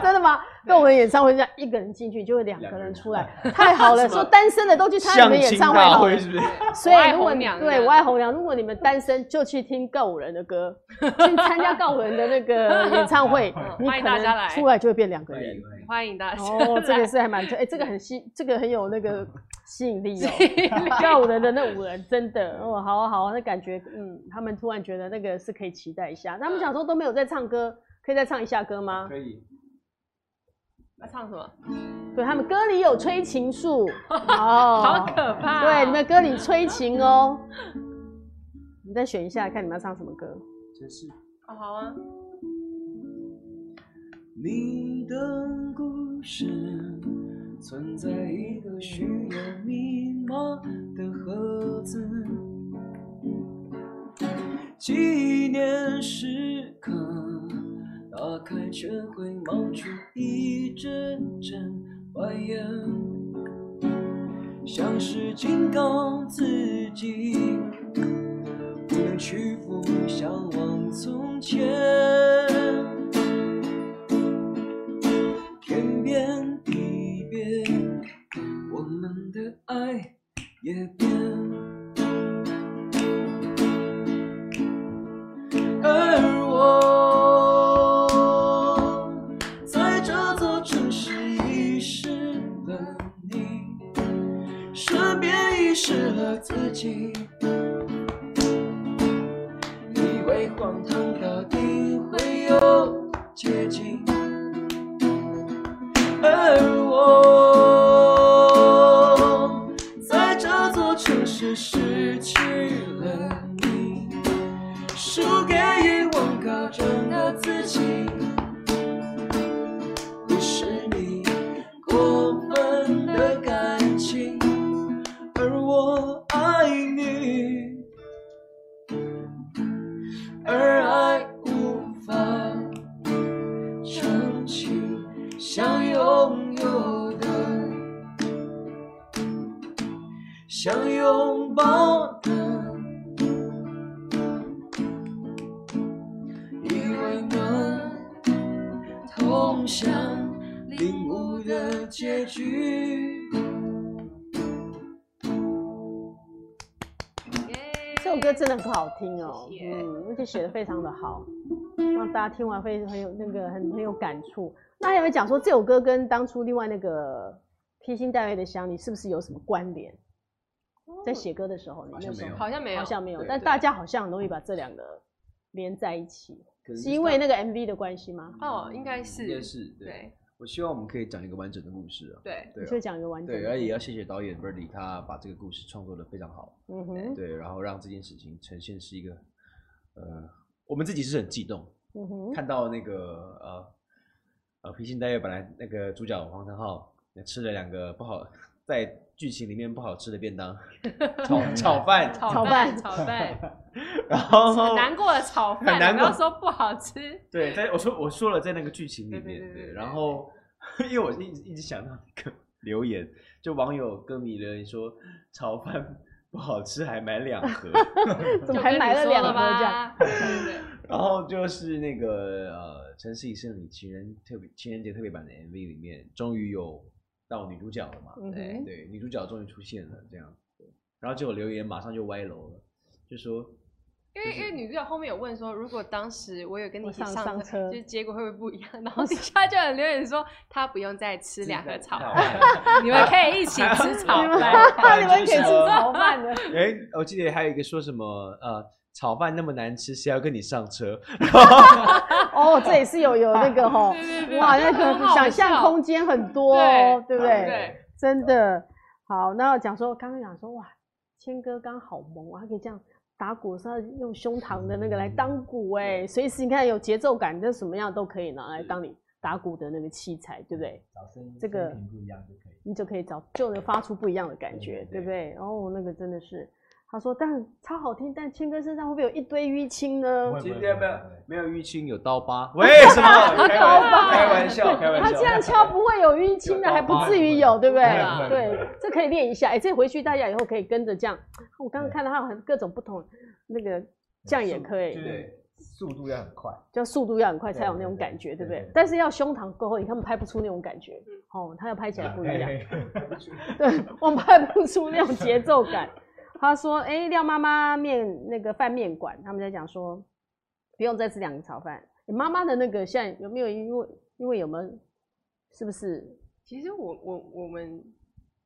S1: 真的吗？跟我们演唱会这样，一个人进去就会两
S4: 两
S1: 个
S4: 个
S1: 人
S4: 人
S1: 出来，太好 了！说单身的都去参与你们演
S4: 亲
S1: 唱会
S4: 大
S1: 好
S4: 会
S1: 了。
S4: 是 不是？
S1: 所
S3: 我爱
S1: 以如果
S3: 红
S1: 你
S3: 娘
S1: 对
S3: 这
S1: 我
S3: 样
S1: 爱红娘，如果你们单身，就去听告五人的歌，去参加告五人的那个演唱 会
S3: 嗯，
S1: 你
S3: 欢
S1: 可
S3: 迎大家
S1: 能
S3: 来
S1: 出来就会变两个人。
S3: 欢迎大家
S1: 哦，这
S3: 来
S1: 个是还蛮特，哎、这个很吸，这个很有那个吸引 力哦。
S3: 力
S1: 跳舞的人那五人真的，哦，好啊好啊，那感觉，嗯，他们突然觉得那个是可以期待一下。
S4: 嗯
S1: 他们想说都没有在唱歌，可以再唱一下歌吗？
S4: 可以。
S3: 要唱什么？
S1: 对他们歌里有催情术哦
S3: 好，可怕！哦
S1: 对，你们歌里催情哦。你再选一下，看你们要唱什么歌。
S4: 真是
S3: 哦好啊，
S2: 你的故事存在一个需要密码的盒子，纪念时刻打开，却会冒出一阵阵白烟，像是警告自己不能屈服，向往从前。天边地别，我们的爱也变。而我，在这座城市遗失了你，身边遗失了自己，以为荒唐到底会有捷径。而我在这座城市失去了你，输给欲望高涨的自己。于是你过分的感情，而我爱你，而爱无法撑起。想拥有的，想拥抱的，以为能通向领悟的结局。
S1: 这首歌真的很好听哦，
S3: 谢谢
S1: 嗯，而且写的非常的好，让大家听完会很有那个很很有感触。那还有没有讲说这首歌跟当初另外那个披星戴月的想你是不是有什么关联？在写歌的时候，你
S4: 好
S1: 那
S4: 像
S1: 时
S4: 没有
S1: 候
S3: 好像没有，
S1: 好像没有，
S4: 对
S1: 但
S4: 对
S1: 大家好像很容易把这两个连在一起，
S4: 可能
S1: 是因为那个 MV 的关系吗？
S3: 哦，应该是
S4: 应该是对。
S3: 对
S4: 我希望我们可以讲一个完整的故事啊。
S3: 对
S1: 你
S4: 对
S1: 就
S4: 啊，
S1: 讲一个完整
S4: 对，而也
S1: 的，
S4: 要谢谢导演 Birdy，他把这个故事创作的非常好。
S1: 嗯哼，
S4: 对，然后让这件事情呈现是一个，呃，我们自己是很激动，
S1: 嗯哼，
S4: 看到那个呃呃披星戴月，本来那个主角黄腾浩也吃了两个不好在剧情里面不好吃的 便当，炒炒饭，
S1: 炒
S3: 饭
S1: 饭哦
S3: 炒 饭，
S4: 然后
S3: 很难过的炒饭，
S4: 很难
S3: 不
S4: 过
S3: 要说不好吃。
S4: 对， 在我说我说了在那个剧情里面，
S3: 对对对对对
S4: 然后因为我一直一直想到那个留言，就网友歌迷留言说炒饭不好吃还买 两盒，
S1: 怎么
S3: 就
S1: 还
S3: 跟
S1: 买
S3: 你
S1: 了
S3: 说
S1: 两
S3: 了
S1: 个这样？
S3: 吧？对对对，
S4: 然后就是那个呃《城市一生》里情人特别情人节特别版的 MV 里面，终于有到女主角了嘛？
S1: 嗯
S3: 对
S1: 哼，
S4: 对，女主角终于出现了，这样。对然后结果留言马上就歪楼了，就说
S3: 因为因为女主角后面有问说，如果当时我有跟你
S1: 我
S3: 一起
S1: 上
S3: 上
S1: 上车
S3: 就是结果会不会不 一样？然后底下就有人留言说，他不用再吃两盒炒饭，
S4: 饭。
S3: 你们可以一起 吃炒
S1: 你们
S3: 饭。
S1: 你们可以吃 炒饭的，
S4: 哎，我记得还有一个说什么呃，炒饭那么难吃，谁要跟你上车？
S1: 哦，这也是有有那个吼，
S3: 对对对
S1: 哇，那
S3: 对很
S1: 个
S3: 好
S1: 想象
S3: 笑
S1: 空间很多哦，对
S3: 对
S1: 不
S4: 对
S1: 对？真的好。那讲说，刚刚讲说，哇，谦哥刚好萌啊，他可以这样打鼓是要用胸膛的那个来当鼓
S4: 嗯
S1: 哎、随时你看有节奏感，这什么样都可以拿来当你打鼓的那个器材，对不对？
S5: 找声音
S1: 这个
S5: 声频不一样就可以。
S1: 你就可以找就能发出不一样的感觉，对
S4: 对对
S1: 不对？哦，那个真的是他说：“但超好听，但谦哥身上会不会有一堆淤青呢
S6: 不会
S4: 今天没有没有淤青，有刀疤。为 什么？开玩开玩笑，开？”玩
S1: 他
S4: 笑。
S1: 这样敲不会有淤青的，还不至于有，对不
S6: 对啊
S1: 对？对，这可以练一下。哎，这回去大家以后可以跟着这样。我刚刚看到他有很各种不同那个，这样也可以
S6: 就，是速度要很快，
S1: 就速度要很快才有
S6: 对
S1: 那种
S6: 对
S1: 感觉，对不
S6: 对
S1: 对
S6: 对？嗯
S1: 但是要胸膛够厚，他们拍不出那种感觉。哦，他要拍起来不一样。对 我拍不出那种节奏 感。他说：“哎、廖妈妈面那个饭面馆，他们在讲说，不用再吃两个炒饭。你妈妈的那个现在有没有因为因为有没有是不是
S3: 其实我我我们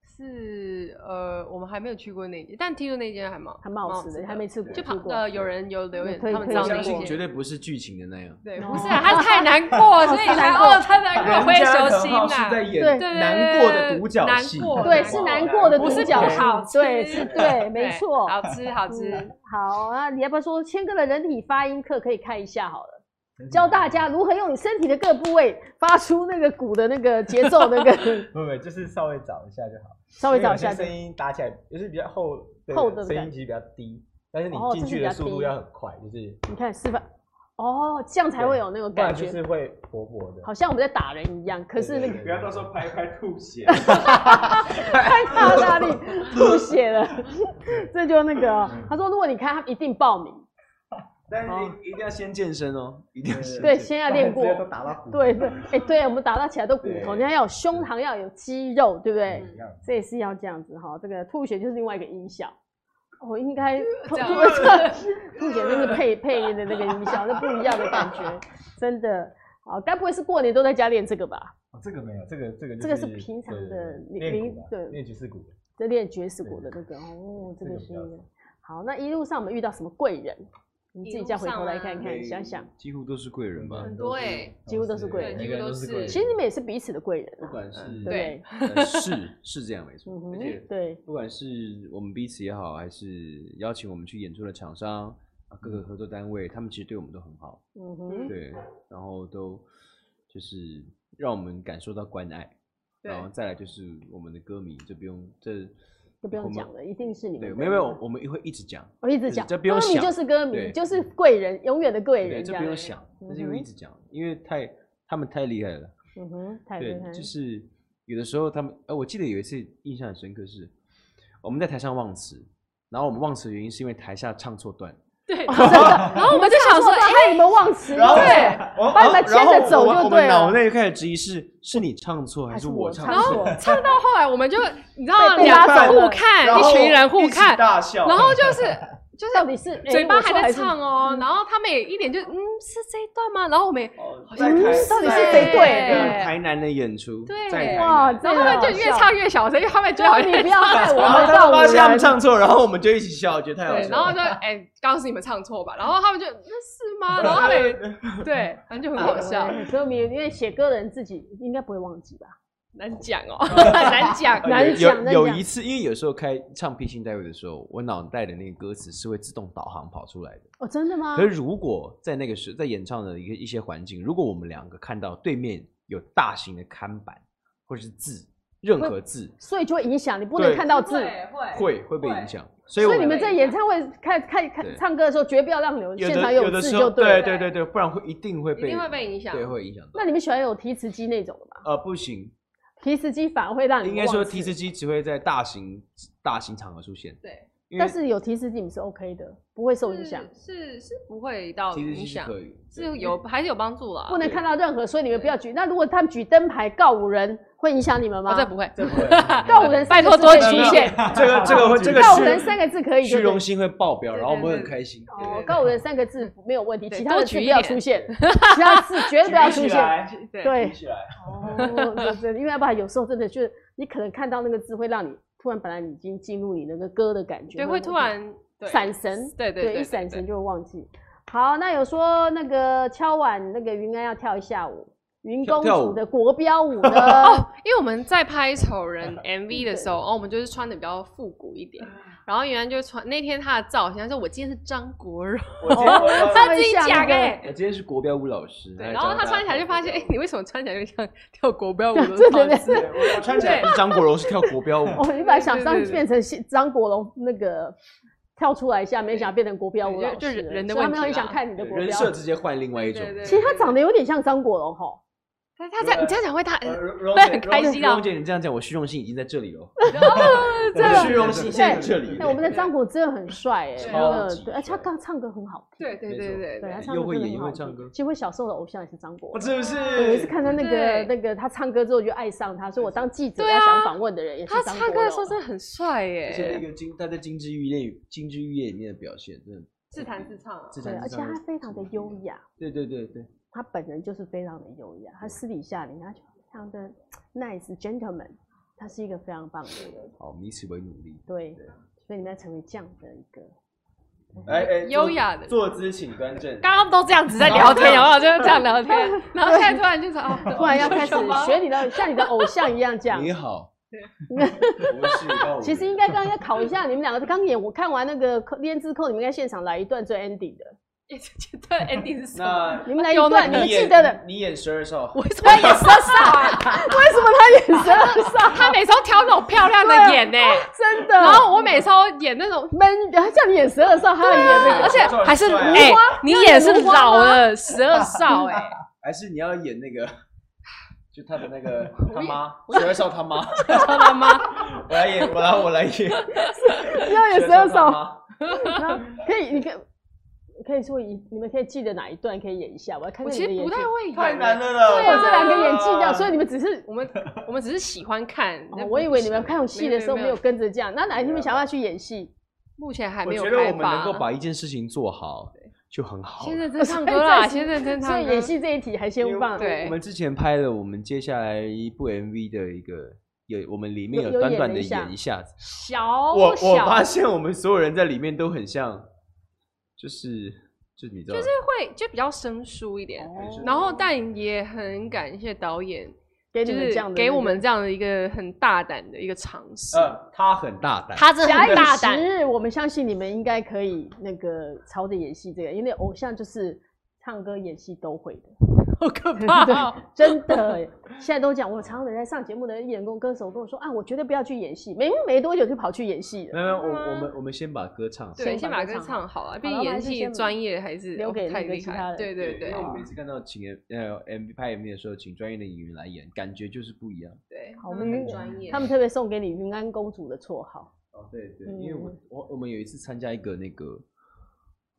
S3: 是呃，我们还没有去过那间，但听说那间还蛮
S1: 还蛮好吃的？还没吃过，
S3: 就
S1: 吃
S3: 旁
S1: 过
S3: 呃有人有留言，
S1: 推
S3: 他们
S1: 推
S3: 知
S4: 我
S3: 道
S1: 荐
S3: 那
S1: 过
S4: 相信
S3: 间
S4: 绝对不是剧情的那样。
S3: 对，
S1: 哦
S3: 不是啊 他太难过，所以
S1: 太
S3: 才
S1: 难过
S3: 哦太难过，回
S4: 人家
S3: 休
S4: 很
S3: 息
S4: 好是
S3: 啦。
S4: 在
S1: 对
S4: 演
S3: 对
S4: 难过的独角
S3: 难
S4: 戏，
S3: 过
S1: 对是难过的
S3: 不
S1: 独
S3: 是
S1: 角
S3: 不
S1: 戏
S3: 好吃，
S1: 对是对没错
S3: 好吃好吃
S1: 嗯。好啊，你要不要说谦哥的人体发音课可以看一下好了，教大家如何用你身体的各部位发出那个鼓的那个节奏，那 个
S6: 不不，就是稍微找一下就好。
S1: 稍微找一下
S6: 因为有些声音打起来，就是比较厚
S1: 厚的
S6: 声
S1: 感
S6: 音其实比较低，但是你
S1: 哦
S6: 进
S1: 这是
S6: 去
S1: 比较
S6: 的速度
S1: 低
S6: 要很快，就是
S1: 你看示范哦，这样才会有那种
S6: 不然
S1: 感
S6: 就
S1: 觉，
S6: 是会薄薄的。
S1: 好像我们在打人一样。可是那个
S6: 不要到时候
S2: 拍拍吐血。
S1: 太大压力，吐血了。这就那个哦，
S3: 嗯
S1: 他说如果你看他一定报名，
S4: 但是一一定要先健身哦，一定要先
S1: 对，先要练过。
S6: 直接都打到骨
S1: 对
S3: 嗯
S1: 对，哎、对，我们打到起来都骨
S6: 对
S1: 头，你还要有胸膛，要有肌肉，对不对？
S3: 嗯
S5: 嗯
S6: 一样。
S1: 这也是要这样子哈。这个吐血就是另外一个音效，我、应该吐
S3: 这样
S1: 吐这吐血就是配配音的那个音效，那不一样的感觉，真的。啊，该不会是过年都在家练这个吧？
S6: 哦这个没有，这个这个就
S1: 这个是平常
S6: 对对
S1: 的
S6: 对
S1: 练
S6: 练骨啊
S1: 对
S6: 练爵士鼓的。
S1: 在练爵士鼓的那个哦，这
S6: 这
S1: 个
S6: 个
S1: 是
S6: 比较少
S1: 好。那一路上我们遇到什么贵人？你自己再回头来看
S3: 一啊
S1: 看，想想，哎
S4: 几乎都是贵人吧。
S3: 很多欸
S1: 几乎都
S5: 哦
S1: 是贵人
S3: 对几乎都是
S1: 其实你们也是彼此的贵人
S4: 不
S1: 啊，
S4: 管是
S1: 对
S3: 对
S4: 呃是是这样没
S1: 不对？嗯
S4: 错，而且
S1: 哼，对，
S4: 不管是我们彼此也好，还是邀请我们去演出的厂商啊，各个合作单位，他们其实对我们都很好，
S1: 嗯哼，
S4: 对，然后都就是让我们感受到关爱，
S3: 对
S4: 然后再来就是我们的歌迷，这不用这
S1: 就不用讲
S4: 我们
S1: 了，一定是你们
S4: 对，
S1: 的。
S4: 没有没有，我们会一直讲，
S1: 我一直讲，
S4: 这不
S1: 歌
S4: 用
S1: 迷
S4: 想
S1: 就是歌迷，
S4: 对嗯
S1: 就是贵人，永远的嗯贵
S4: 对，
S1: 人这
S4: 这
S1: 样
S4: 不。用想，但是会一直讲，因为太他们太厉害了。
S1: 嗯哼，太
S4: 对
S1: 厉害，了
S4: 就。是有的时候他们，呃，我记得有一次印象很深刻是，我们在台上忘词，然后我们忘词的原因是因为台下唱错段，
S3: 对，然后我们就想说，哎，
S1: 害你们忘词，
S4: 然后
S1: 对，
S5: 哦
S1: 把你们牵
S4: 然后
S1: 着走
S4: 我们
S1: 就
S4: 我们
S1: 对
S4: 脑
S1: 了。
S4: 内就开始质疑是是你唱错还是我唱
S1: 还是我
S4: 错，
S1: 错
S3: 唱到后来我 们就你知道
S1: 被被
S3: 两
S1: 拉走
S3: 个
S1: 了
S3: 互看，一群人互看，
S4: 大笑
S3: 然后就是就
S1: 到
S3: 是。
S1: 底是哎
S3: 嘴巴还在唱
S1: 唱
S3: 哦，然后他们也一脸就嗯是这一段吗？然后我们也
S4: 哦
S3: 好
S4: 在
S3: 像
S4: 台
S3: 不
S1: 嗯到底是
S3: 欸
S1: 谁对的
S4: 台南的演出，
S3: 对
S4: 在台
S1: 哇
S4: 南
S1: 这
S3: 然后他们就越唱越小声，因为他们觉得好像
S1: 哦你不要害我
S4: 然后
S1: 们
S4: 他
S1: 到
S4: 们发现他们
S1: 人。
S4: 唱错，然后我们就一起笑，觉得太好
S3: 对，
S4: 笑
S3: 然后
S4: 了。
S3: 就哎，刚刚是你们唱错吧？然后他们就那是吗？然后他们 也对，反正就很好笑，
S1: 对歌迷，因为写歌的人自己应该不会忘记吧？
S3: 难讲 哦，难讲。
S1: 难
S4: 有
S1: 讲难
S4: 有有
S1: 讲
S4: 一次，因为有时候开唱 P 信待会的时候，我脑袋的那个歌词是会自动导航跑出来的。
S1: 哦，真的吗
S4: 可？是如果在那个时在演唱的一个一些环境，如果我们两个看到对面有大型的看板或者是字，任何字
S1: 所以就会影响，你不能
S4: 对
S1: 看到字。
S4: 会会被影响，所以
S1: 所
S4: 我
S1: 以你们在演唱会看看
S4: 对
S1: 看唱歌的时候，绝不要让有
S4: 有
S1: 现
S4: 的
S1: 场
S4: 有的
S1: 字
S4: 时
S1: 就
S4: 候
S1: 对
S4: 对
S1: 了。
S4: 对对对，不然会一定会被
S3: 一定会被影响
S4: 对，会影响到
S1: 那。你们喜欢有提词机那种的吗？
S4: 呃，不行，
S1: 提词机反而会让你
S4: 应该说
S1: 忘词
S4: 提词，机只会在大型大型场合出 现，
S3: 对，
S4: 因为嗯
S1: 但是有提词机你们是 OK 的，不会受影响，
S3: 是是不会到
S4: 提词
S3: 影
S4: 机是
S3: 响，
S4: 可以，
S3: 是有还是有帮助啦
S1: 不。能看到任何，所以你们不要举。那如果他们举灯牌告五人，会影响你们
S3: 哦
S1: 吗？，
S3: 这不会，
S1: 告五人三
S3: 拜
S1: 个
S3: 托
S1: 字
S3: 多
S1: 可以
S3: 举一
S1: 吗
S3: 些。
S4: 这个这个会这个
S1: 告五人
S4: 虚
S1: 三个字可以，
S4: 虚
S1: 对不对
S4: 荣心会爆表，然后我们会很开心。
S1: 哦，告五人三个字没有问题，
S3: 对
S1: 其他的
S3: 多
S1: 字
S3: 举
S1: 不
S3: 一
S1: 要
S3: 点
S1: 出现，其他字绝对不要出现。
S3: 对
S1: 对，
S4: 起来，
S1: 哦，对对，因为要不然有时候真的就是你可能看到那个字会让你突然本来你已经进入你那个歌的感觉，
S3: 对，会突然对
S1: 闪神，
S3: 对对
S1: 对，
S3: 对
S1: 一闪神就会忘记。好，那有说那个敲碗那个云安要跳一下舞，云
S4: 跳
S1: 公
S4: 跳
S1: 主
S4: 舞
S1: 的国标舞呢？
S3: 哦，因为我们在拍丑人 MV 的时候，哦，我们就是穿的比较复古一点，
S1: 啊
S3: 然后原来就穿那天他的造型，他说我今天是张国荣，
S1: 哦
S3: 他自己讲哎、
S4: 我今天是国标舞老师，
S3: 对，然后他穿起来就发现， 哎、你为什么穿起来就像跳国标舞的
S1: 对对
S3: 样
S1: 对
S3: 子？
S4: 我
S3: 哦
S4: 穿起来不是张国荣，是跳国标舞。
S1: 我哦你本来想
S3: 对
S1: 当
S3: 对对
S1: 变成西张国荣那个跳出来一下，没想到变成国标舞
S3: 对
S1: 老
S3: 就就
S1: 师
S3: 人
S1: 了，
S3: 人的
S1: 所以他们
S3: 问题啊
S1: 很想
S3: 啦
S1: 看你的国
S4: 人
S1: 标
S4: 设
S1: 舞。
S4: 直接换另外一种。
S3: 对对
S1: 其实他长得有点像张国荣吼，
S3: 他他
S1: 啊
S3: 在你这样讲会哎他
S4: 呃荣
S3: 会
S4: 姐
S3: 很开心啊
S4: 荣姐，你这样讲，我虚荣心已经在这里 了。
S1: 真
S4: 我
S1: 的
S4: 虚荣心现在在这里。
S1: 哎，我们的张国荣真的很帅哎，
S3: 对啊
S1: 真的
S4: 超级
S1: 对，而且他刚唱歌很好听，
S3: 对对
S4: 没
S3: 对
S4: 错
S3: 对
S1: 对，他
S3: 对，
S1: 唱
S4: 又
S1: 歌
S4: 会
S1: 真的很
S4: 演又会
S1: 好
S4: 唱
S1: 听
S4: 歌
S1: 其实我小时候的偶像也是张国
S4: 我
S1: 荣。
S4: 是不是？
S1: 我有一次看到那个
S3: 对
S1: 那个他唱歌之后就爱上他，所以我当记者
S3: 对啊
S1: 要想访问的人也是
S3: 他
S1: 张
S3: 唱
S1: 国
S3: 歌的
S1: 荣
S3: 时候真的很帅
S4: 这是一
S3: 耶，
S4: 个金，他在金枝玉叶金枝玉叶里面的表现，真的
S3: 自弹自唱啊，
S4: 自
S1: 对，
S4: 然
S1: 而且他非常的优。雅，
S4: 对对对对，
S1: 他本人就是非常的优雅，他私底下你看他就非常的 nice gentleman，他是一个非常棒的人，
S4: 好，我们以此为努力。
S1: 对，所以你们要成为这样的一个，嗯
S4: 哎哎，坐
S3: 优雅的
S4: 坐姿请端正。
S3: 刚刚都这样子在 聊天，然后就这样聊天，然后现在突然就是哦，
S1: 突然要开始
S3: 什么
S1: 学你的像你的偶像一样这样
S4: 你。好， 我是 高。
S1: 其实应该刚刚要考一下你们两个，刚演我看完那个《胭脂扣》，你们应该现场来一段最 ending 的，
S3: 对 ending 是什 么？
S4: 那
S1: 你们来一
S3: 有那
S1: 段，你们记得的。
S4: 你演十二少，
S3: 为什么演色少啊？
S1: 为什么他眼神很傻？
S3: 他每次都挑那种漂亮的 演呢，
S1: 真的。
S3: 然后我每次都演那 种。
S1: 闷，然后叫你演十二少，他要演那个，
S3: 而且还是
S4: 帅啊
S3: 哎、
S1: 如花
S3: 你
S1: 要演
S3: 也是
S1: 如花
S3: 老
S1: 吗
S3: 了十二少哎、
S4: 还是你要演那个？就他的那个他
S3: 我也
S4: 妈，十二少他 妈，
S3: 知道吗？
S4: 我来演，我来我来演，
S1: 要演十二
S4: 他
S1: 少，
S4: 妈。
S1: 然后可以，你可以可以说一，你们可以记得哪一段可以演一 下，我要看
S3: 我
S1: 看
S3: 其
S1: 你的
S3: 实
S1: 演
S3: 不
S1: 技
S3: 太。会演，
S4: 太难了啦！
S1: 我
S3: 对啊
S1: 这两个演技这样，所以你们只是
S3: 我们我们只是喜欢看。
S1: 哦
S3: 那不
S1: 我以为你
S3: 是啊
S1: 们看戏的时候
S3: 没
S1: 没
S3: 有没有
S1: 有跟着这样，那哪一天你们想要去演戏？
S3: 目前还
S4: 我
S3: 没有
S4: 觉
S3: 开
S4: 得
S3: 发。
S4: 我们能够把一件事情做好，就很好
S3: 先
S4: 了。
S3: 认真唱歌 啦，
S1: 所以
S3: 先认真
S1: 所
S3: 唱
S1: 以
S3: 歌。
S1: 演戏这一题还先放。
S3: 对
S4: 我们之前拍了我们接下来一部 MV 的一个，有我们里面
S1: 有
S4: 有
S1: 有
S4: 短
S1: 演
S4: 短
S1: 了
S4: 的
S1: 一下
S4: 演一下子。
S1: 哦
S3: 小
S4: 我
S3: 小
S4: 我发现我们所有人在里面都很像，就是就你知道，
S3: 就是会就比较生疏一点。
S1: 哦
S3: 然后，但也很感谢导演，
S1: 给
S3: 就
S1: 你们这样
S3: 是
S1: 的，
S3: 给我们这样的一个很大胆的一个尝试。
S4: 呃，他很大胆，
S3: 他真的
S1: 假
S3: 很
S1: 以
S3: 大
S1: 时
S3: 胆，
S1: 日，我们相信你们应该可以那个朝着演戏这个，因为偶像就是唱歌、演戏都会的。
S3: 好可怕哦！
S1: 对，真的耶，现在都讲，我常常有人在上节目的演工歌手跟我说啊，我绝对不要去演戏，没没多久就跑去演戏
S4: 没
S1: 了，
S4: 有没有，我我们我们先把歌唱好。
S3: 哦对，先把
S1: 歌
S3: 歌
S1: 唱
S3: 唱好啊，毕
S1: 好了还
S3: 竟演
S1: 是
S3: 戏
S1: 先
S3: 专业还是
S1: 留
S3: 哦
S1: 给
S3: 太
S1: 那个
S3: 厉
S1: 其
S3: 害
S1: 他
S3: 了。
S1: 人
S3: 对对对
S4: 因为我每次看到请演呃 MV 拍 MV 的时候，请专业的演员来演，感觉就是不一样。
S3: 对，
S1: 好
S3: 他
S1: 我
S3: 们
S1: 们
S3: 很专业。
S1: 他们特别送给你云安公主的绰号，
S4: 哦，对对，
S1: 嗯
S4: 因为我我我们有一次参加一个那个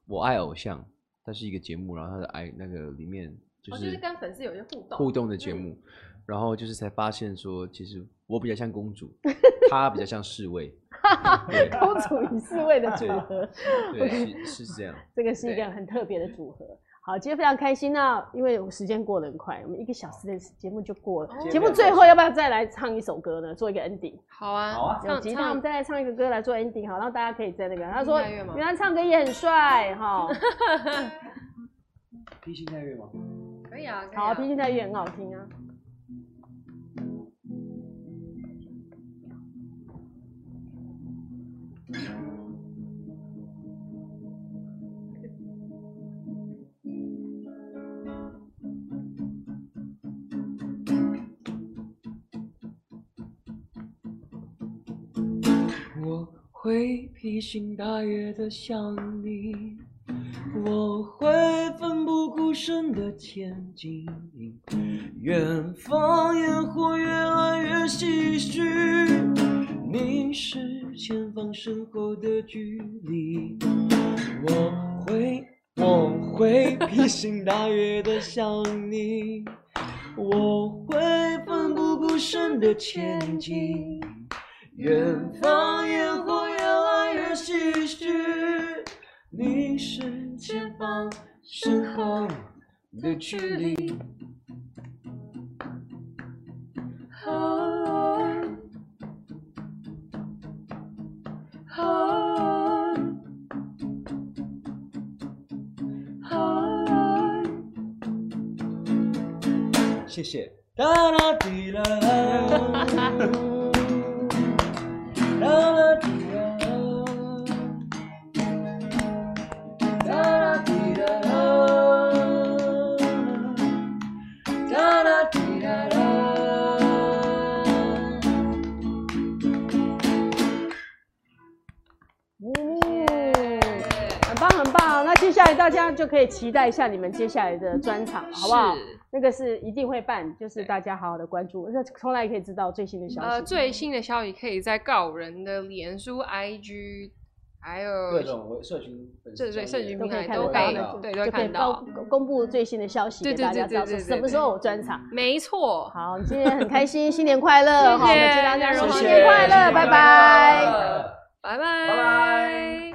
S4: 我爱偶像，它是一个节目，然后它的爱那个里面就
S3: 哦
S4: 是、
S3: 就是跟嗯粉丝有一些互动
S4: 互动的节目，然后就是才发现说，其实我比较像公 主，她比较像侍卫，对
S1: 公主与侍卫的组 合，
S4: 对是是这样，
S1: 这个是一个很特别的组合。好，今天非常开心那因为我时间过得很快，我们一个小时的节目就过了。
S3: 哦
S1: 节目最后要不要再来唱一首歌呢？做一个 ending。
S3: 好啊，
S4: 好啊
S1: 有
S3: 唱
S1: 吉他，我们
S3: 唱
S1: 再来唱一个歌来做 ending 好，让大家可以在那个。他说
S3: 音乐吗
S1: 原来唱歌也很帅 哈，
S4: 披星戴月吗？
S3: 可以啊，可以
S1: 好
S3: 啊
S1: 啊，披星戴月很好听啊。
S2: 我会披星戴月的想你，我会奋不顾身的前进，远方烟火越来越唏嘘，凝视前方身后的距离。我会，我会披星戴月的想你，我会奋不顾身的前进。远方烟火越来越唏嘘，凝视前方身后的距离。
S3: 啊啊
S4: 谢谢。
S2: 哒啦滴啦啦，哒啦滴啦啦，哒啦滴啦啦，哒啦滴啦啦。
S1: 耶来大家就可以期待一下你们接下来的专场，好不好？
S3: 是
S1: 那个是一定会办，就是大家好好的关注，那从来可以知道最新的消息。
S3: 呃，最新的消息可以在告人的脸书、IG，还有
S4: 各种社群粉丝
S3: 对对
S4: 专
S3: 社
S4: 业
S3: 群
S1: 都
S3: 平
S1: 可以
S3: 台
S1: 看
S3: 都
S1: 得
S3: 可
S1: 到
S3: 以
S1: 的，
S3: 对
S1: 就
S3: 都
S1: 就可以
S3: 看到
S1: 报公布最新的消息给
S3: 对对
S1: 大家
S3: 对
S1: 知道，
S3: 对
S1: 说
S3: 对
S1: 什么
S3: 对
S1: 时候有专场。
S3: 没错，
S1: 好，今天很开 心，新年快乐！好，我们祝大家
S3: 谢谢
S1: 新
S3: 谢
S1: 年
S3: 谢
S1: 快乐，拜拜。
S3: 拜拜拜拜。